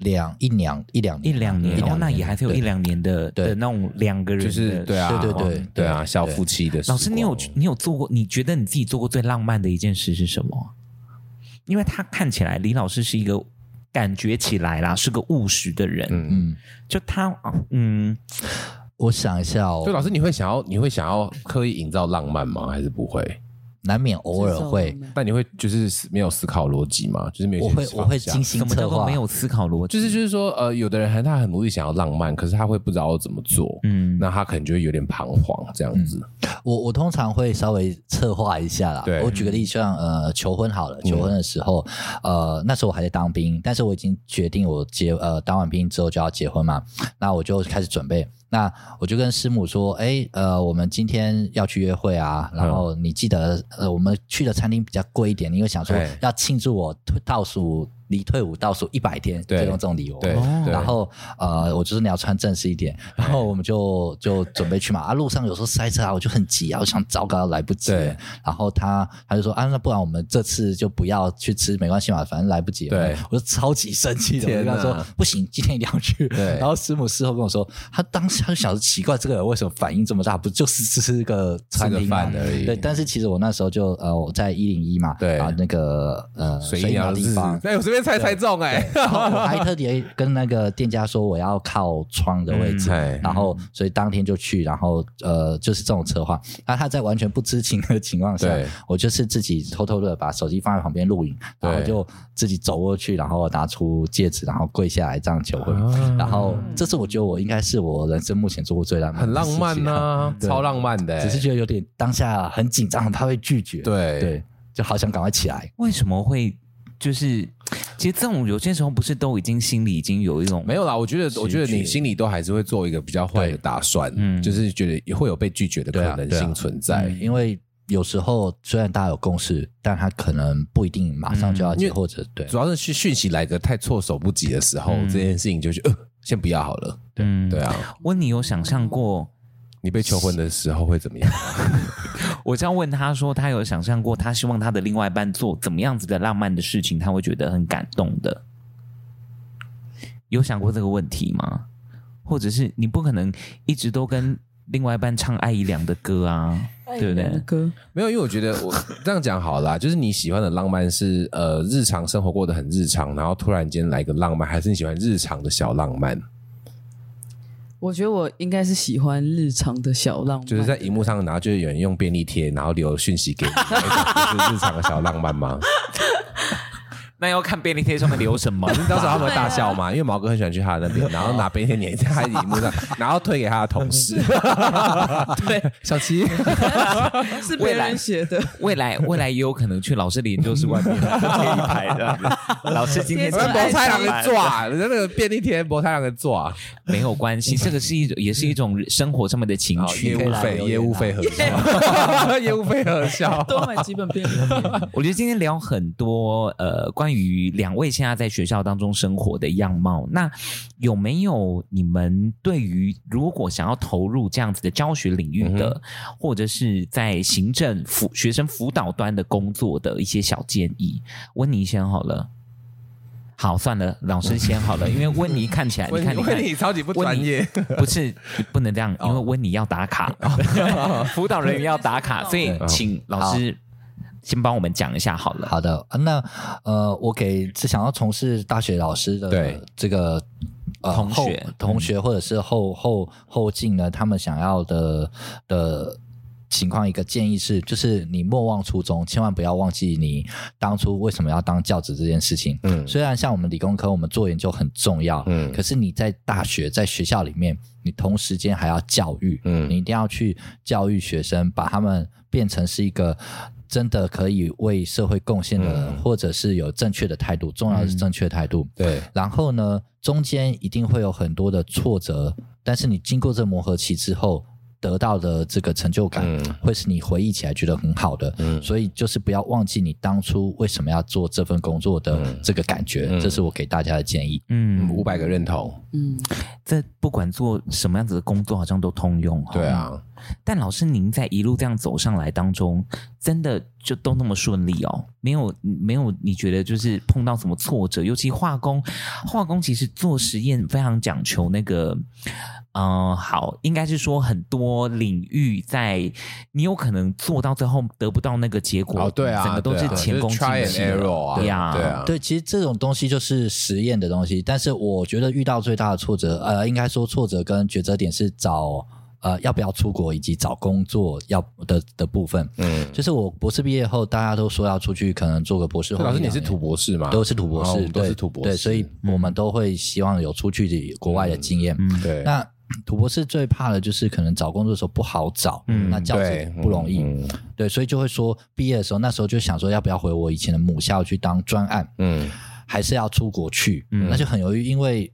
H: 两一两一两
B: 一两年，
H: 一
B: 哦
H: 两，
B: 那也还是有
H: 对
B: 一两年的
H: 对
B: 的那种两个人
A: 就
B: 的
A: 是对啊，
H: 对对对
A: 对啊，小夫妻的时
B: 老
A: 光。
B: 师，你有你有做过？你觉得你自己做过最浪漫的一件事是什么？因为他看起来，李老师是一个感觉起来啦，是个务实的人。
A: 嗯，
H: 嗯，
B: 就他，嗯，
H: 我想一下哦
A: 对，，老师，你会想要你会想要刻意营造浪漫吗？还是不会？
H: 难免偶尔
B: 啊
H: 会，
A: 但你会就是没有思考逻辑吗？就是没有
H: 我
A: 一些
H: 会我会
A: 想
H: 精
A: 法
H: 心
B: 什么
H: 策
B: 叫做
H: 划
B: 没，有思考
H: 嗯
B: 逻辑？
A: 就是就是说，呃，有的人很他很努力想要浪漫，可是他会不知道怎么做，
B: 嗯，
A: 那他可能就会有点彷徨这样
H: 嗯
A: 子。
H: 我我通常会稍微策划一下啦
A: 对。
H: 我举个例子，像呃求婚好了，求婚的时候，呃那时候我还在当兵，但是我已经决定我结呃当完兵之后就要结婚嘛，那我就开始准备。那我就跟师母说，哎，呃，我们今天要去约会啊，然后
A: 嗯
H: 你记得，呃，我们去的餐厅比较贵一点，因为想说
A: 哎
H: 要庆祝我退倒数离退伍倒数一百天，就
A: 对
H: 用这种理由。
A: 对
B: 哦
A: 对
H: 然后呃，我就是你要穿正式一点，然后我们就就准备去嘛。啊，路上有时候塞车啊，我就很急啊，我想糟糕来不及了
A: 对。
H: 然后他他就说啊，那不然我们这次就不要去吃，没关系嘛，反正来不及了。
A: 对，
H: 我就超级生气的，我就跟他
A: 天
H: 说
A: 哪
H: 不行，今天一定要去。
A: 对
H: 然后师母事后跟我说，他当时他就想说奇怪，这个人为什么反应这么大？不就是吃个餐
A: 吃
H: 厅
A: 个
H: 吗
A: 饭而已
H: 啊对，但是其实我那时候就呃，我在一零一嘛，
A: 对
H: 然后那个呃
A: 随
H: 水
A: 意
H: 鸟
A: 拿
H: 的
A: 的
H: 地
A: 地方，，
H: 方
A: 哎，我随便猜猜中哎，
H: 然后我还特地跟那个店家说我要靠窗的位置，
A: 嗯
H: 然后所以当天就去，然后呃就是这种策划。那他在完全不知情的情况下
A: 对，
H: 我就是自己偷偷的把手机放在旁边录影，然后
A: 对
H: 就自己走过去，然后拿出戒指，然后跪下来这样求婚。
A: 啊
H: 然后这是我觉得我应该是我人生目前做过最浪漫
A: 很
H: 的
A: 浪
H: 事情啊，
A: 漫呐，
H: 对
A: 超浪漫的，哎
H: 只是觉得有点当下很紧张，很怕被拒绝。
A: 对
H: 对，就好想赶快起来。
B: 为什么会就是？其实这种有些时候不是都已经心里已经有一种
A: 没有啦，我觉得，我觉得你心里都还是会做一个比较坏的打算，
B: 嗯
A: 就是觉得也会有被拒绝的可
H: 对啊
A: 能
H: 对啊
A: 性存在。
H: 因为有时候虽然大家有共识，但他可能不一定马上就要结，
A: 嗯
H: 或者对
A: 主要是讯讯息来个太措手不及的时候，
B: 嗯
A: 这件事情就是呃，先不要好了。
B: 嗯
A: 对。啊，
B: 温妮有想象过？
A: 你被求婚的时候会怎么样？
B: 我这样问他说，他有想象过，他希望他的另外一半做怎么样子的浪漫的事情，他会觉得很感动的。有想过这个问题吗？或者是你不可能一直都跟另外一半唱艾怡良的歌啊，对不对？
I: 歌
A: 没有，因为我觉得 我这样讲好啊啦，就是你喜欢的浪漫是呃日常生活过得很日常，然后突然间来个浪漫，还是你喜欢日常的小浪漫？
I: 我觉得我应该是喜欢日常的小浪漫，
A: 就是在荧幕上，然后就是有人用便利贴，然后留讯息给你，那种就是日常的小浪漫 吗？
B: 那要看便利贴上面留什 么。
A: 你知道时候他们会大笑吗？因为毛哥很喜欢去他那边，然后拿冰贴粘在他的荧 幕上，然后推给他的同事。 对，小齐，
I: 是
B: 未
I: 别
B: 来
I: 人写 的。
B: 未来未来也有可能去老师的研究室外面
C: 一排这样子。老师今天
I: 我们
A: 博
I: 谋
A: 太郎的 抓，人家那个便利贴博太郎的抓，
B: 没有关系，这个是一种也是一种生活上面的情
A: 好
B: 趣
A: 业。务费，业务费核销， 业务费核销。
I: 多买几本便利贴，
B: 我觉得今天聊很多呃，关于两位现在在学校当中生活的样貌。那有没有你们对于如果想要投入这样子的教学领域的，或者是在行政辅学生辅导端的工作的一些小建议？温妮先好了。好，算了，老师先好 了，因为温妮哦看 起来，你看，你看
A: 问，哎你 超级不
B: 温
A: 专
B: 妮
A: 业，
B: 不是不能这样，因为温妮要打卡， 辅导人员要打卡，所以
A: 对
B: 请老师先帮我们讲一下好了。
H: 好的，啊那呃，我给是想要从事大学老师
A: 对嗯
H: 的这个呃
B: 同
H: 后
B: 学
H: 同学或者是后后后进呢，他们想要的的。情况一个建议是，就是你莫忘初衷，千万不要忘记你当初为什么要当教职这件事情。
A: 嗯
H: 虽然像我们理工科，我们做研究很重要，
A: 嗯
H: 可是你在大学在学校里面，你同时间还要教育，
A: 嗯
H: 你一定要去教育学生，把他们变成是一个。真的可以为社会贡献的人，
A: 嗯
H: 或者是有正确的态度，重要的是正确的态度。
A: 对，
H: 然后呢，中间一定会有很多的挫折，但是你经过这磨合期之后，得到的这个成就感，
A: 嗯
H: 会是你回忆起来觉得很好的。
A: 嗯
H: 所以就是不要忘记你当初为什么要做这份工作的
A: 嗯
H: 这个感觉，
A: 嗯
H: 这是我给大家的建议。
B: 嗯，
A: 五百个认同，
I: 嗯，
B: 这不管做什么样子的工作，好像都通用。
A: 对，啊，
B: 但老师您在一路这样走上来当中，真的就都那么顺利哦？没有没有，你觉得就是碰到什么挫折？尤其化工，化工其实做实验非常讲求那个，嗯、好，应该是说很多领域在你有可能做到最后得不到那个结果，
A: 哦对啊
B: 整个都是
A: 对啊
B: 前功
A: 就是 try
B: 尽
A: and
B: 弃了
A: error 啊
B: 对呀，
A: 对啊
H: 对，其实这种东西就是实验的东西，但是我觉得遇到最大的挫折，呃，应该说挫折跟抉择点是找呃要不要出国以及找工作要的的部分。
A: 嗯，
H: 就是我博士毕业后，大家都说要出去，可能做个博士后一
A: 老
H: 两
A: 师
H: 年。
A: 你是土博士吗？
H: 都是土博
A: 哦我
H: 士，
A: 们都
H: 对
A: 是土博士，嗯
H: 对，所以我们都会希望有出去的国外的经验。
B: 嗯
A: 对，
H: 那土博士最怕的就是可能找工作的时候不好找，
B: 嗯
H: 那教
A: 对
H: 职不容易，
A: 嗯
H: 对，所以就会说毕业的时候，那时候就想说要不要回我以前的母校去当专案，
A: 嗯
H: 还是要出国去，
B: 嗯
H: 那就很犹豫，因为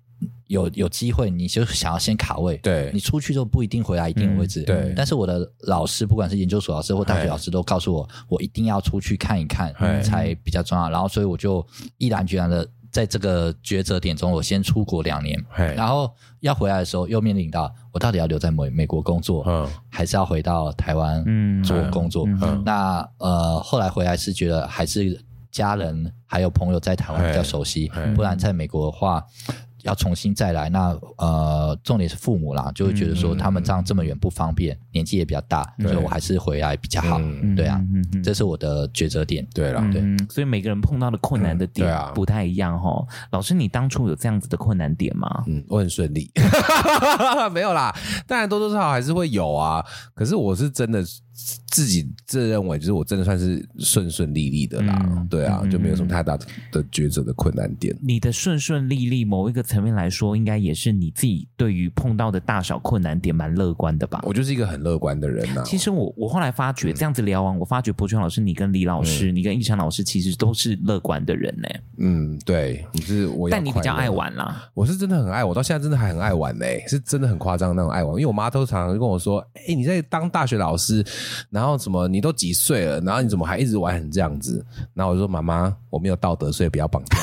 H: 有有机会，你就想要先卡位，
A: 对嗯
H: 你出去就不一定回来一定有位置，
A: 对
H: 但是我的老师，不管是研究所老师或大学老师，都告诉我，我一定要出去看一看
A: 哎
H: 才比较重要。然后，所以我就毅然决然的在这个抉择点中，我先出国两年，
A: 嘿
H: 然后要回来的时候又面临到我到底要留在美美国工作，
A: 嗯
H: 还是要回到台湾
B: 嗯
H: 做工作？
B: 嗯
A: 嗯
H: 那呃，后来回来是觉得还是家人还有朋友在台湾比较熟悉
A: 嘿嘿，
H: 不然在美国的话。要重新再来，那呃，重点是父母啦，就会觉得说
A: 嗯
H: 他们这样这么远不方便，年纪也比较大，
A: 对
H: 所以我还是回来比较好。
A: 嗯
H: 对啊，
B: 嗯嗯
H: 这是我的抉择点。
A: 啊对啦，
H: 对
B: 嗯，所以每个人碰到的困难的
A: 嗯对
B: 点
A: 啊
B: 不太一样哦。老师，你当初有这样子的困难点吗？
A: 嗯，我很顺利， 没有啦。当然多多少少还是会有啊，可是我是真的自己自认为，就是我真的算是顺顺利利的啦。
B: 嗯
A: 对啊，
B: 嗯
A: 就没有什么太大的抉择的困难点。
B: 你的顺顺利利，某一个层面来说，应该也是你自己对于碰到的大小困难点蛮乐观的吧？
A: 我就是一个很乐观的人啊呐、
B: 其实我我后来发
A: 嗯
B: 觉，这样子聊完，我发觉博君老师，你跟李老师，你跟易昌老师，其实都是乐观的人呢、
A: 嗯，对，就是我要
B: 但你比较
A: 快乐
B: 爱。玩啦，
A: 我是真的很爱，我到现在真的还很爱玩呢、是真的很夸张的那种爱玩。因为我妈都常常就跟我说：“哎、你在当大学老师，然后怎么你都几岁了，然后你怎么还一直玩成这样子？”然后我就说：“妈妈，我没有道德，所以不要绑架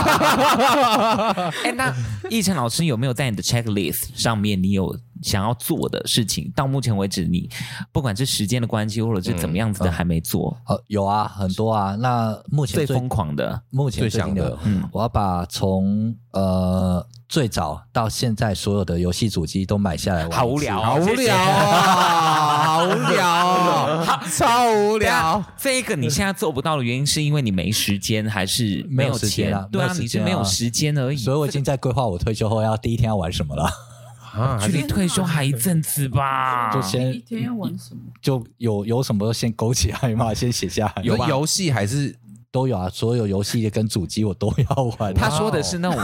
A: 我。
B: 哎、那易晨老师有没有在你的 checklist 上面，你有想要做的事情？到目前为止，你不管是时间的关系，或者
A: 嗯
B: 是怎么样子的，还没做。
H: 呃，有啊，很多啊。那
A: 嗯
H: 目前
B: 最
H: 最
B: 疯狂的，
H: 目前
A: 最
H: 近
A: 想
H: 的
A: 的，
B: 嗯
H: 我要把从呃最早到现在所有的游戏主机都买下来玩一 次。
B: 好无聊、
A: 好无聊啊，好无聊 啊，超无
B: 对
A: 聊
B: 啊。，这个你现在做不到的原因，是因为你没时间，还是
H: 没有
B: 有
H: 时间
B: 钱？
H: 啊
B: 对
H: 没
B: 啊，
H: 有时
B: 你是
H: 间啊
B: 没有时间而已。
H: 所以我已经在规划我退休后要第一天要玩什么了，
A: 啊，
B: 距离退休还一阵子吧。
H: 就先
I: 天要玩什么？
H: 就有有什么都先勾起 来嘛，先写下来。
A: 有游戏还是
H: 都有啊，所有游戏跟主机我都要玩。
B: 他说的是那种，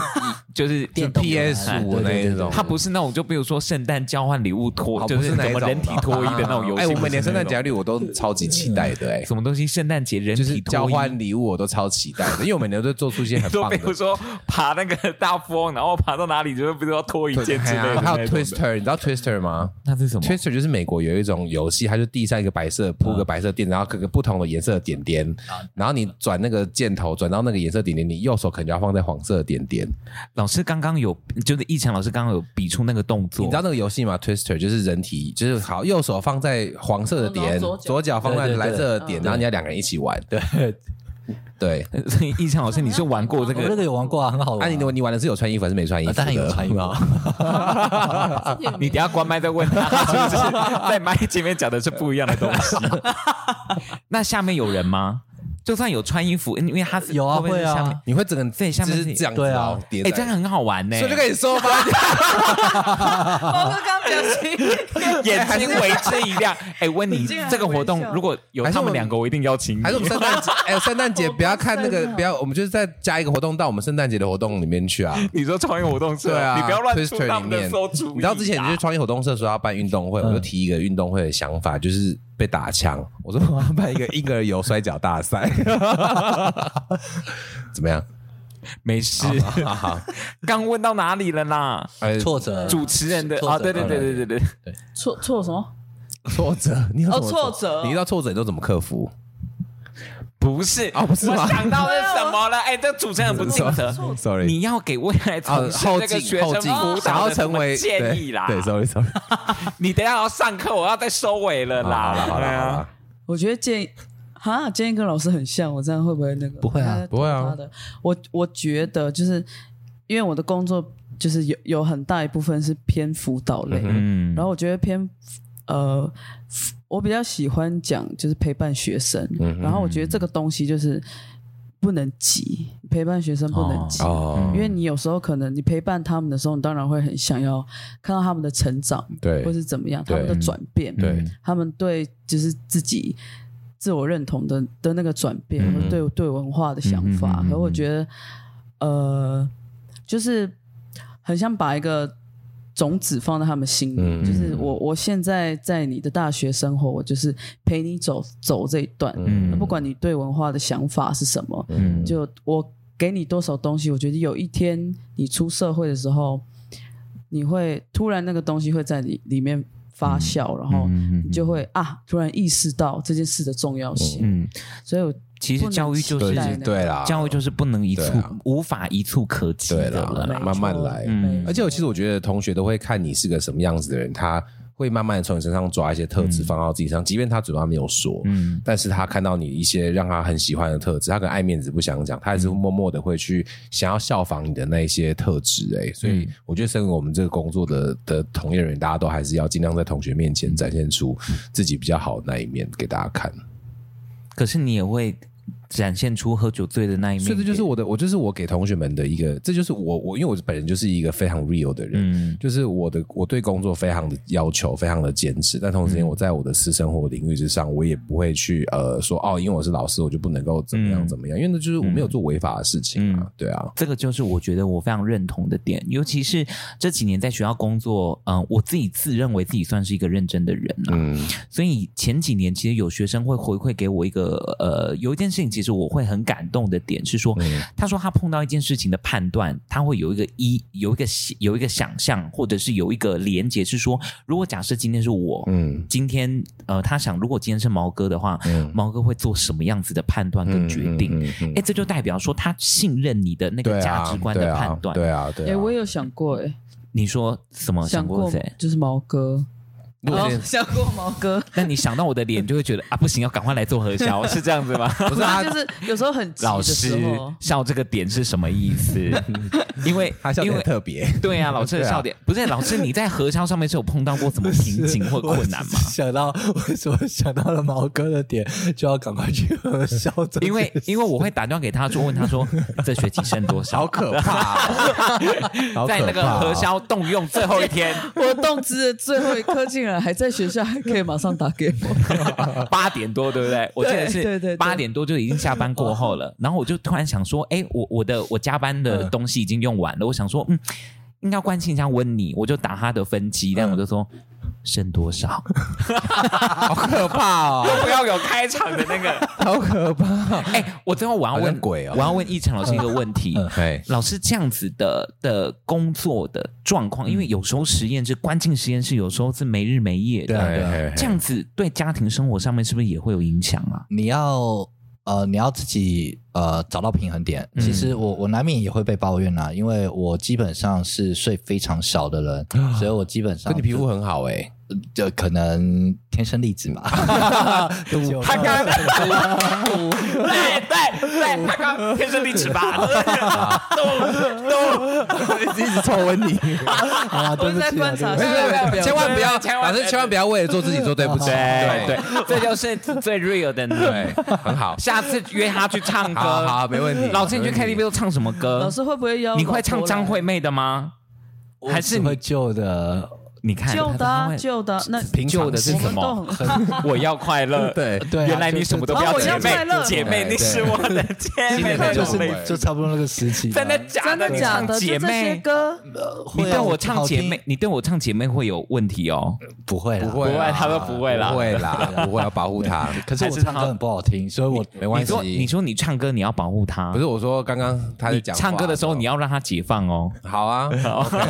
B: 就是
A: 就
B: 电动游戏
A: PS 五
H: 对对
A: 那
H: 对
A: 一
H: 对
A: 种？
B: 他不是那种，就比如说圣诞交换礼物脱，
A: 哦，
B: 就
A: 不是
B: 什
A: 那一
B: 么
A: 种
B: 人体脱衣的那种游 戏。
A: 哎，我
B: 不是
A: 每年圣诞
B: 那种
A: 节日我都超级期待的， 哎，
B: 什么东西，圣诞节人
A: 就是
B: 体
A: 交
B: 脱衣。
A: 换礼物我都超期待的，因为我每年都做出一些很
B: 就
A: 棒
B: 比
A: 的。
B: 如说爬那个大富翁，然后爬到哪里就是不知道脱一件之
A: 对
B: 类
A: 啊
B: 的
A: 还
B: 那
A: 有
B: 种的
A: Twister，你知道 Twister 吗？
B: 那是什么？
A: Twister 就是美国有一种游戏，它就地上一个白色铺个白色垫，然后各个不同的颜色的点点，然后你转那个箭头转到那个颜色点点，你右手可能就要放在黄色的点点。
B: 老师刚刚有，就是一强老师刚刚有比出那个动作，
A: 你知道那个游戏吗？Twister 就是人体，就是好右手放在黄色的点
I: 然后，
A: 左
I: 左
A: 脚放在蓝色的点，然后你要两个人一起玩。对对，
B: 所以易强老师，你是玩过这
H: 我那
B: 个？
H: 个有玩过啊，很好
A: 那
H: 玩。
A: 你你玩的是有穿衣服还是没穿衣服？
H: 啊当然有 穿衣服。啊，
B: 啊 你等一下关麦再问他， 是不是在麦前面讲的是不一样的东西？那下面有人吗？就算有穿衣服，因为他是
H: 有啊
B: 不是
H: 会啊
B: 下面
A: 你会整个
B: 这下面
A: 就是
B: 是
A: 这样子
H: 对
A: 哦
H: 啊，
A: 叠
B: 哎，
A: 在
B: 这样很好玩呢，
A: 所以就跟你说吧，
B: 啊
I: 我是刚表情，
B: 眼睛为之一 亮。哎，问你
I: 竟然
B: 这个活动
I: 微笑
B: 如果有
A: 还是
B: 他
A: 我
B: 哎
A: 们
B: 们两个，我一定邀请你
A: 还。是我们圣诞节？哎，圣诞节不要看那个，不要，我们就是再加一个活动到我们圣诞节的活动里面去啊。
B: 你说创业活动社，
A: 对啊，
B: 你不要乱出
A: Twister
B: 他
A: 里
B: 们的
A: 面
B: 馊主意啊。嗯
A: 你知道之前就是创业活动社说要办运动会，我就提一个运动会的想法，就是被打枪。我说我要办一个婴儿游摔跤大赛， 怎么 样？
B: 没事，刚问到哪里了啦？
A: 哎，
H: 挫折
B: 主持人的
H: 挫折
B: 啊，对对对对对对，
I: 错错什么？
A: 哎挫折，你有什么
I: 哦挫折
A: 你遇到挫折你都怎么克服？
B: 不是
A: 哦不是
B: 我
A: 吗
B: 想到是什么了？哎，这主持人不尽责。
A: Sorry，
B: 你要给未来从
A: 啊
B: 事
A: 后
B: 这个学
A: 进后
B: 生
A: 进
B: 辅，
A: 想
B: 导
A: 要
B: 的什
A: 成
B: 么
A: 为
B: 建议啦。
A: 对对，Sorry Sorry，
B: 你等一下要上课，我要再收尾了
A: 好
B: 啦。
A: 啦好啦好
B: 对啊
A: 啦，
I: 我觉得建议哈，建议跟老师很像，我这样会不会那个？
H: 不会啊
I: 他在
A: 不会啊
I: 他的，我我觉得就是因为我的工作就是有有很大一部分是偏辅导类，
B: 嗯
I: 然后我觉得偏呃，我比较喜欢讲就是陪伴学生，然后我觉得这个东西就是不能急，陪伴学生不能急。
A: 哦
I: 因，为你有时候可能你陪伴他们的时候，你当然会很想要看到他们的成长，
B: 啊
A: 对
I: 或是怎么样，
A: 对
I: 他们的转变，
B: 嗯
A: 对，
I: 他们对就是自己自我认同的的那个转变，
A: 嗯
I: 或对对文化的想法。
B: 嗯嗯嗯嗯
I: 可我觉得，呃，就是很像把一个种子放在他们心里。
A: 嗯
I: 就是我我现在在你的大学生活，我就是陪你走走这一段，
B: 嗯
I: 不管你对文化的想法是什么，
B: 嗯
I: 就我给你多少东西，我觉得有一天你出社会的时候，你会突然那个东西会在你里面发酵，然后
B: 嗯嗯嗯
A: 哦
I: 你就会啊，突然意识到这件事的重要性。
B: 嗯，
I: 所以我
B: 其实
I: 不能
B: 教育
I: 期
B: 就是
I: 待那个
A: 对啦，
B: 教育就是不能一蹴、
A: 对啊
B: 无法一蹴可及
A: 对
B: 的
A: 啦
B: 了啦。，
A: 慢慢来。
B: 嗯
A: 而且我其实我觉得同学都会看你是个什么样子的人，他会慢慢地从你身上抓一些特质放到自己身上，即便他嘴巴没有说，
B: 嗯
A: 但是他看到你一些让他很喜欢的特质，他可能爱面子不想讲，他还是默默的会去想要效仿你的那一些特质。
B: 嗯
A: 哎，所以我觉得身为我们这个工作的的从业人员，大家都还是要尽量在同学面前展现出
B: 嗯
A: 自己比较好的那一面给大家看。
B: 可是你也会展现出喝酒醉的那一面，
A: 所以这就是我的，我就是我给同学们的一个，这就是我我因为我本人就是一个非常 real 的人，
B: 嗯
A: 就是我的我对工作非常的要求，非常的坚持，但同时
B: 嗯
A: 间我在我的私生活领域之上，我也不会去呃说哦，因为我是老师，我就不能够怎么样
B: 嗯
A: 怎么样，因为那就是我没有做违法的事情啊，
B: 嗯
A: 对啊，
B: 这个就是我觉得我非常认同的点，尤其是这几年在学校工作，嗯、我自己自认为自己算是一个认真的人啊，
A: 嗯
B: 所以前几年其实有学生会回馈给我一个呃，有一件事情，其实我会很感动的点是说，
A: 嗯
B: 他说他碰到一件事情的判断，他会有一个一有一个有一个想象，或者是有一个连结，是说如果假设今天是我，
A: 嗯
B: 今天呃，他想如果今天是毛哥的话，
A: 嗯
B: 毛哥会做什么样子的判断跟决定？
A: 嗯嗯嗯
B: 哎、这就代表说他信任你的那
A: 对
B: 个
A: 啊
B: 价值观的判断。
A: 对啊，对啊，对啊
I: 哎、我也有想过、哎，
B: 你说什么？哦想过
I: 过
B: 谁？
I: 就是毛哥，哦
A: 如果今天
I: 想过毛哥，
B: 那你想到我的脸，就会觉得啊，不行，要赶快来做核销，是这样子吗？
A: 不是啊
I: 就。是有时候很急
B: 老
I: 的
B: 师
I: 时候，
B: 笑这个点是什么意 思？因为
A: 他笑
B: 因
A: 点
B: 为
A: 特别，
B: 对啊，老师的
A: 对啊
B: 笑点、不是老师，你在核销上面是有碰到过什么瓶颈或困难 吗？
H: 想到为什么想到了毛哥的点，就要赶快去喝笑这件事？
B: 因为因为我会打电话给他说，问 他说这学期剩多
A: 好
B: 少，
A: 可
H: 啊
A: 怕哦、好可怕哦
B: 在那个核销动用最后 一天
I: 我动之的最后一刻竟然还在学校，还可以马上打给我。
B: 八点多，对不对？我记得
I: 对对
B: 是
I: 对
B: 八点多就已经下班过 后了。然后我就突然想说，哎，我我的我加班的东西已经用完了，我想说，嗯，应该关心一下温妮，我就打他的分机，
A: 嗯
B: 但我就说剩多少，
A: 好可怕 哦，
B: 不要有开场的那个。
A: 好可怕、
B: 哎、我最后我要
A: 好
B: 问
A: 像鬼哦
B: 我要问一晨老师一个问题。
A: 哎，
B: 老师这样子的的工作的状况，因为有时候实验室关进实验室，有时候是没日没夜
H: 对
B: 的，
H: 啊对啊，
A: 嘿嘿
B: 这样子对家庭生活上面是不是也会有影响啊？
H: 你要呃，你要自己呃找到平衡点。
B: 嗯
H: 其实我我难免也会被抱怨啦、啊因为我基本上是睡非常少的人， 所以我基本上
A: 可你皮肤很好哎、
H: 就可能天生丽质 吧。他刚
B: 对对对，他刚天生丽质吧，懂懂。
A: 一直臭温 你，
H: 啊，对
I: 我
H: 不
I: 在
H: 起啊
I: 观察，
A: 没
I: 千万
A: 事
I: 不
A: 没
I: 要
A: 事，千万不要，
B: 千万
A: 老师千万不要为了做自己做对不起，
B: 对
A: 对
B: 对，这就是最 real 的你。
A: 对，很好，
B: 下次约他去唱歌，
A: 好好没问题
B: 呃老师，你去
A: 没问题
B: KTV 都唱什么歌？
I: 老师会不会邀
B: 你会唱张惠
I: 惠？
B: 妹的吗？还是
H: 会
B: 你
H: 救的。
B: 你看
I: 旧的
B: 她
I: 啊
B: 会
I: 旧的啊，那
A: 平常
B: 旧的是
I: 我
B: 什
I: 们都
B: 么？
I: 很
B: 我要快乐。
A: 对
H: 对啊
B: 原来你什么都不要，
I: 就
B: 姐
I: 是哦我要
B: 妹，
I: 快乐
B: 姐妹，
A: 对
B: 你是我的姐
A: 今年
B: 妹
A: 的，
H: 就
A: 就是
H: 就差不多那个时期吧，
B: 真的假
I: 真
B: 的？
I: 的
B: 你
I: 假
B: 唱
I: 的？
B: 姐
I: 就这些
B: 妹，
I: 歌，
B: 你
H: 会
B: 对
H: 啊
B: 我唱姐，
H: 好
B: 妹
H: 听，
B: 你对我唱姐妹会有问题哦。
H: 不会啦，
A: 不会啦，
B: 不会他说不会啦
A: 不会啦，不会，要保护他，
H: 可是我唱歌很不好听，所以我
A: 没关
B: 你说，你
A: 系。
B: 说你唱歌你要保护她，
A: 不是我说，刚刚他在
B: 你
A: 讲
B: 唱歌的时候你
A: 要
B: 要让她解放哦。
A: 好啊，OK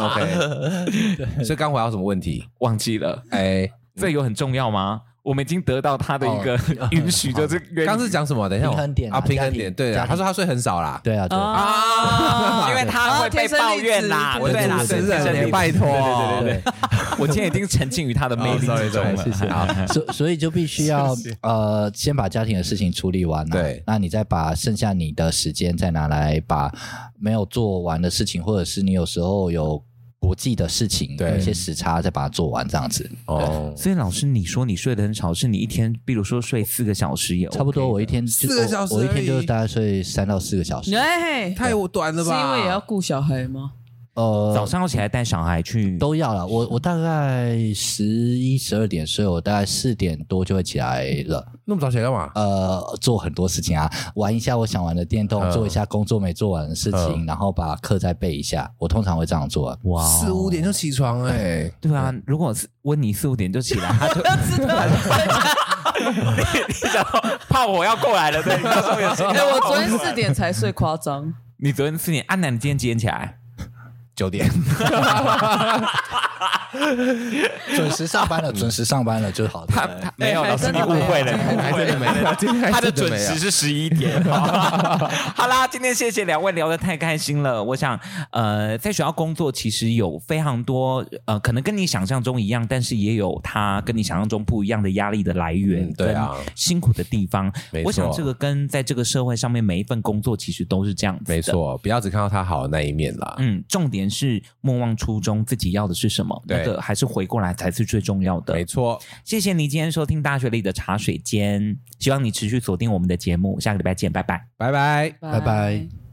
A: OK OK，所以刚回到什么问题？
B: 忘记了，
A: 哎，
B: 这有很重要吗？我们已经得到她的一个 允许，就是原
A: 哦刚是讲什么？等一下我，
H: 平衡点啊
A: 啊，平衡
H: 家庭
A: 点，对
H: 家
A: 啊，
H: 庭
A: 他说他睡很少啦，
H: 对啊，对 啊，
B: 啊，因为他
I: 哦
B: 会被抱怨啦，
I: 啊
A: 我
B: 对
A: 是
B: 啦，
A: 主持
B: 对
A: 人耶，拜托，
B: 对对对对对， 我今天已经沉浸于他的魅力之中了。
A: 哦谢谢
B: 好
A: 啊，
H: 所所以就必须要呃，先把家庭的事情处理完、啊，
A: 对
H: 那你再把剩下你的时间再拿来把没有做完的事情，或者是你有时候有国际的事情，
A: 对
H: 有一些时差，再把它做完，这样子。
A: 哦，
B: 所以老师，你说你睡得很少，是你一天，比如说睡四个小时也 OK
H: 差不多，我一天就
A: 四个小时
H: 我，我一
A: 而
H: 天
A: 已
H: 就是大概睡三到四个小时。
I: 哎，
A: 太短了
I: 是
A: 吧？
I: 因为也要顾小孩 吗？
H: 呃，
B: 早上要起来带小孩去，
H: 都要了。我我大概十一十二点睡，我大概四点多就会起来了。
A: 那么早起来干嘛？
H: 呃，做很多事情啊，玩一下我想玩的电动，
A: 嗯
H: 做一下工作没做完的事情，
A: 嗯
H: 然后把课再背一下。我通常会这样做、啊。
B: 哇哦
A: 四五点就起床哎、
B: 对啊，如果是温妮四五点就起来，他
I: 哎
B: 就你想说炮火要过来了，对，你到时候有事
I: 哎，我昨天四点才睡，夸张。
B: 你昨天四点，安南你今天几点起来？
H: 九点，准时上班了，准时上班了就好。
C: 他
H: 对
C: 他没有，
I: 哎
C: 老师
I: 真
C: 你
I: 的
C: 误
I: 没有
C: 会了，
I: 真的
C: 你误
A: 还
C: 会
A: 真的
C: 了。
A: 没有，今天还
C: 他的
A: 哎真
C: 准
A: 没有啊
C: 时是十一 点。
B: 好啦，今天谢谢两位聊得太开心了。我想，呃，在学校工作其实有非常多，呃，可能跟你想象中一样，但是也有它跟你想象中不一样的压力的来源，
A: 嗯对啊，
B: 辛苦的地方
A: 没。错
B: 我想这个跟在这个社会上面每一份工作其实都是这样子的。
A: 没。错，不要只看到他好的那一面啦。
B: 嗯，重点是莫忘初衷，自己要的是什么，
A: 对
B: 那个还是回过来才是最重要的。
A: 没错，
B: 谢谢你今天收听大学里的茶水间，希望你持续锁定我们的节目，下个礼拜见，拜拜。
A: 拜拜。
H: 拜拜。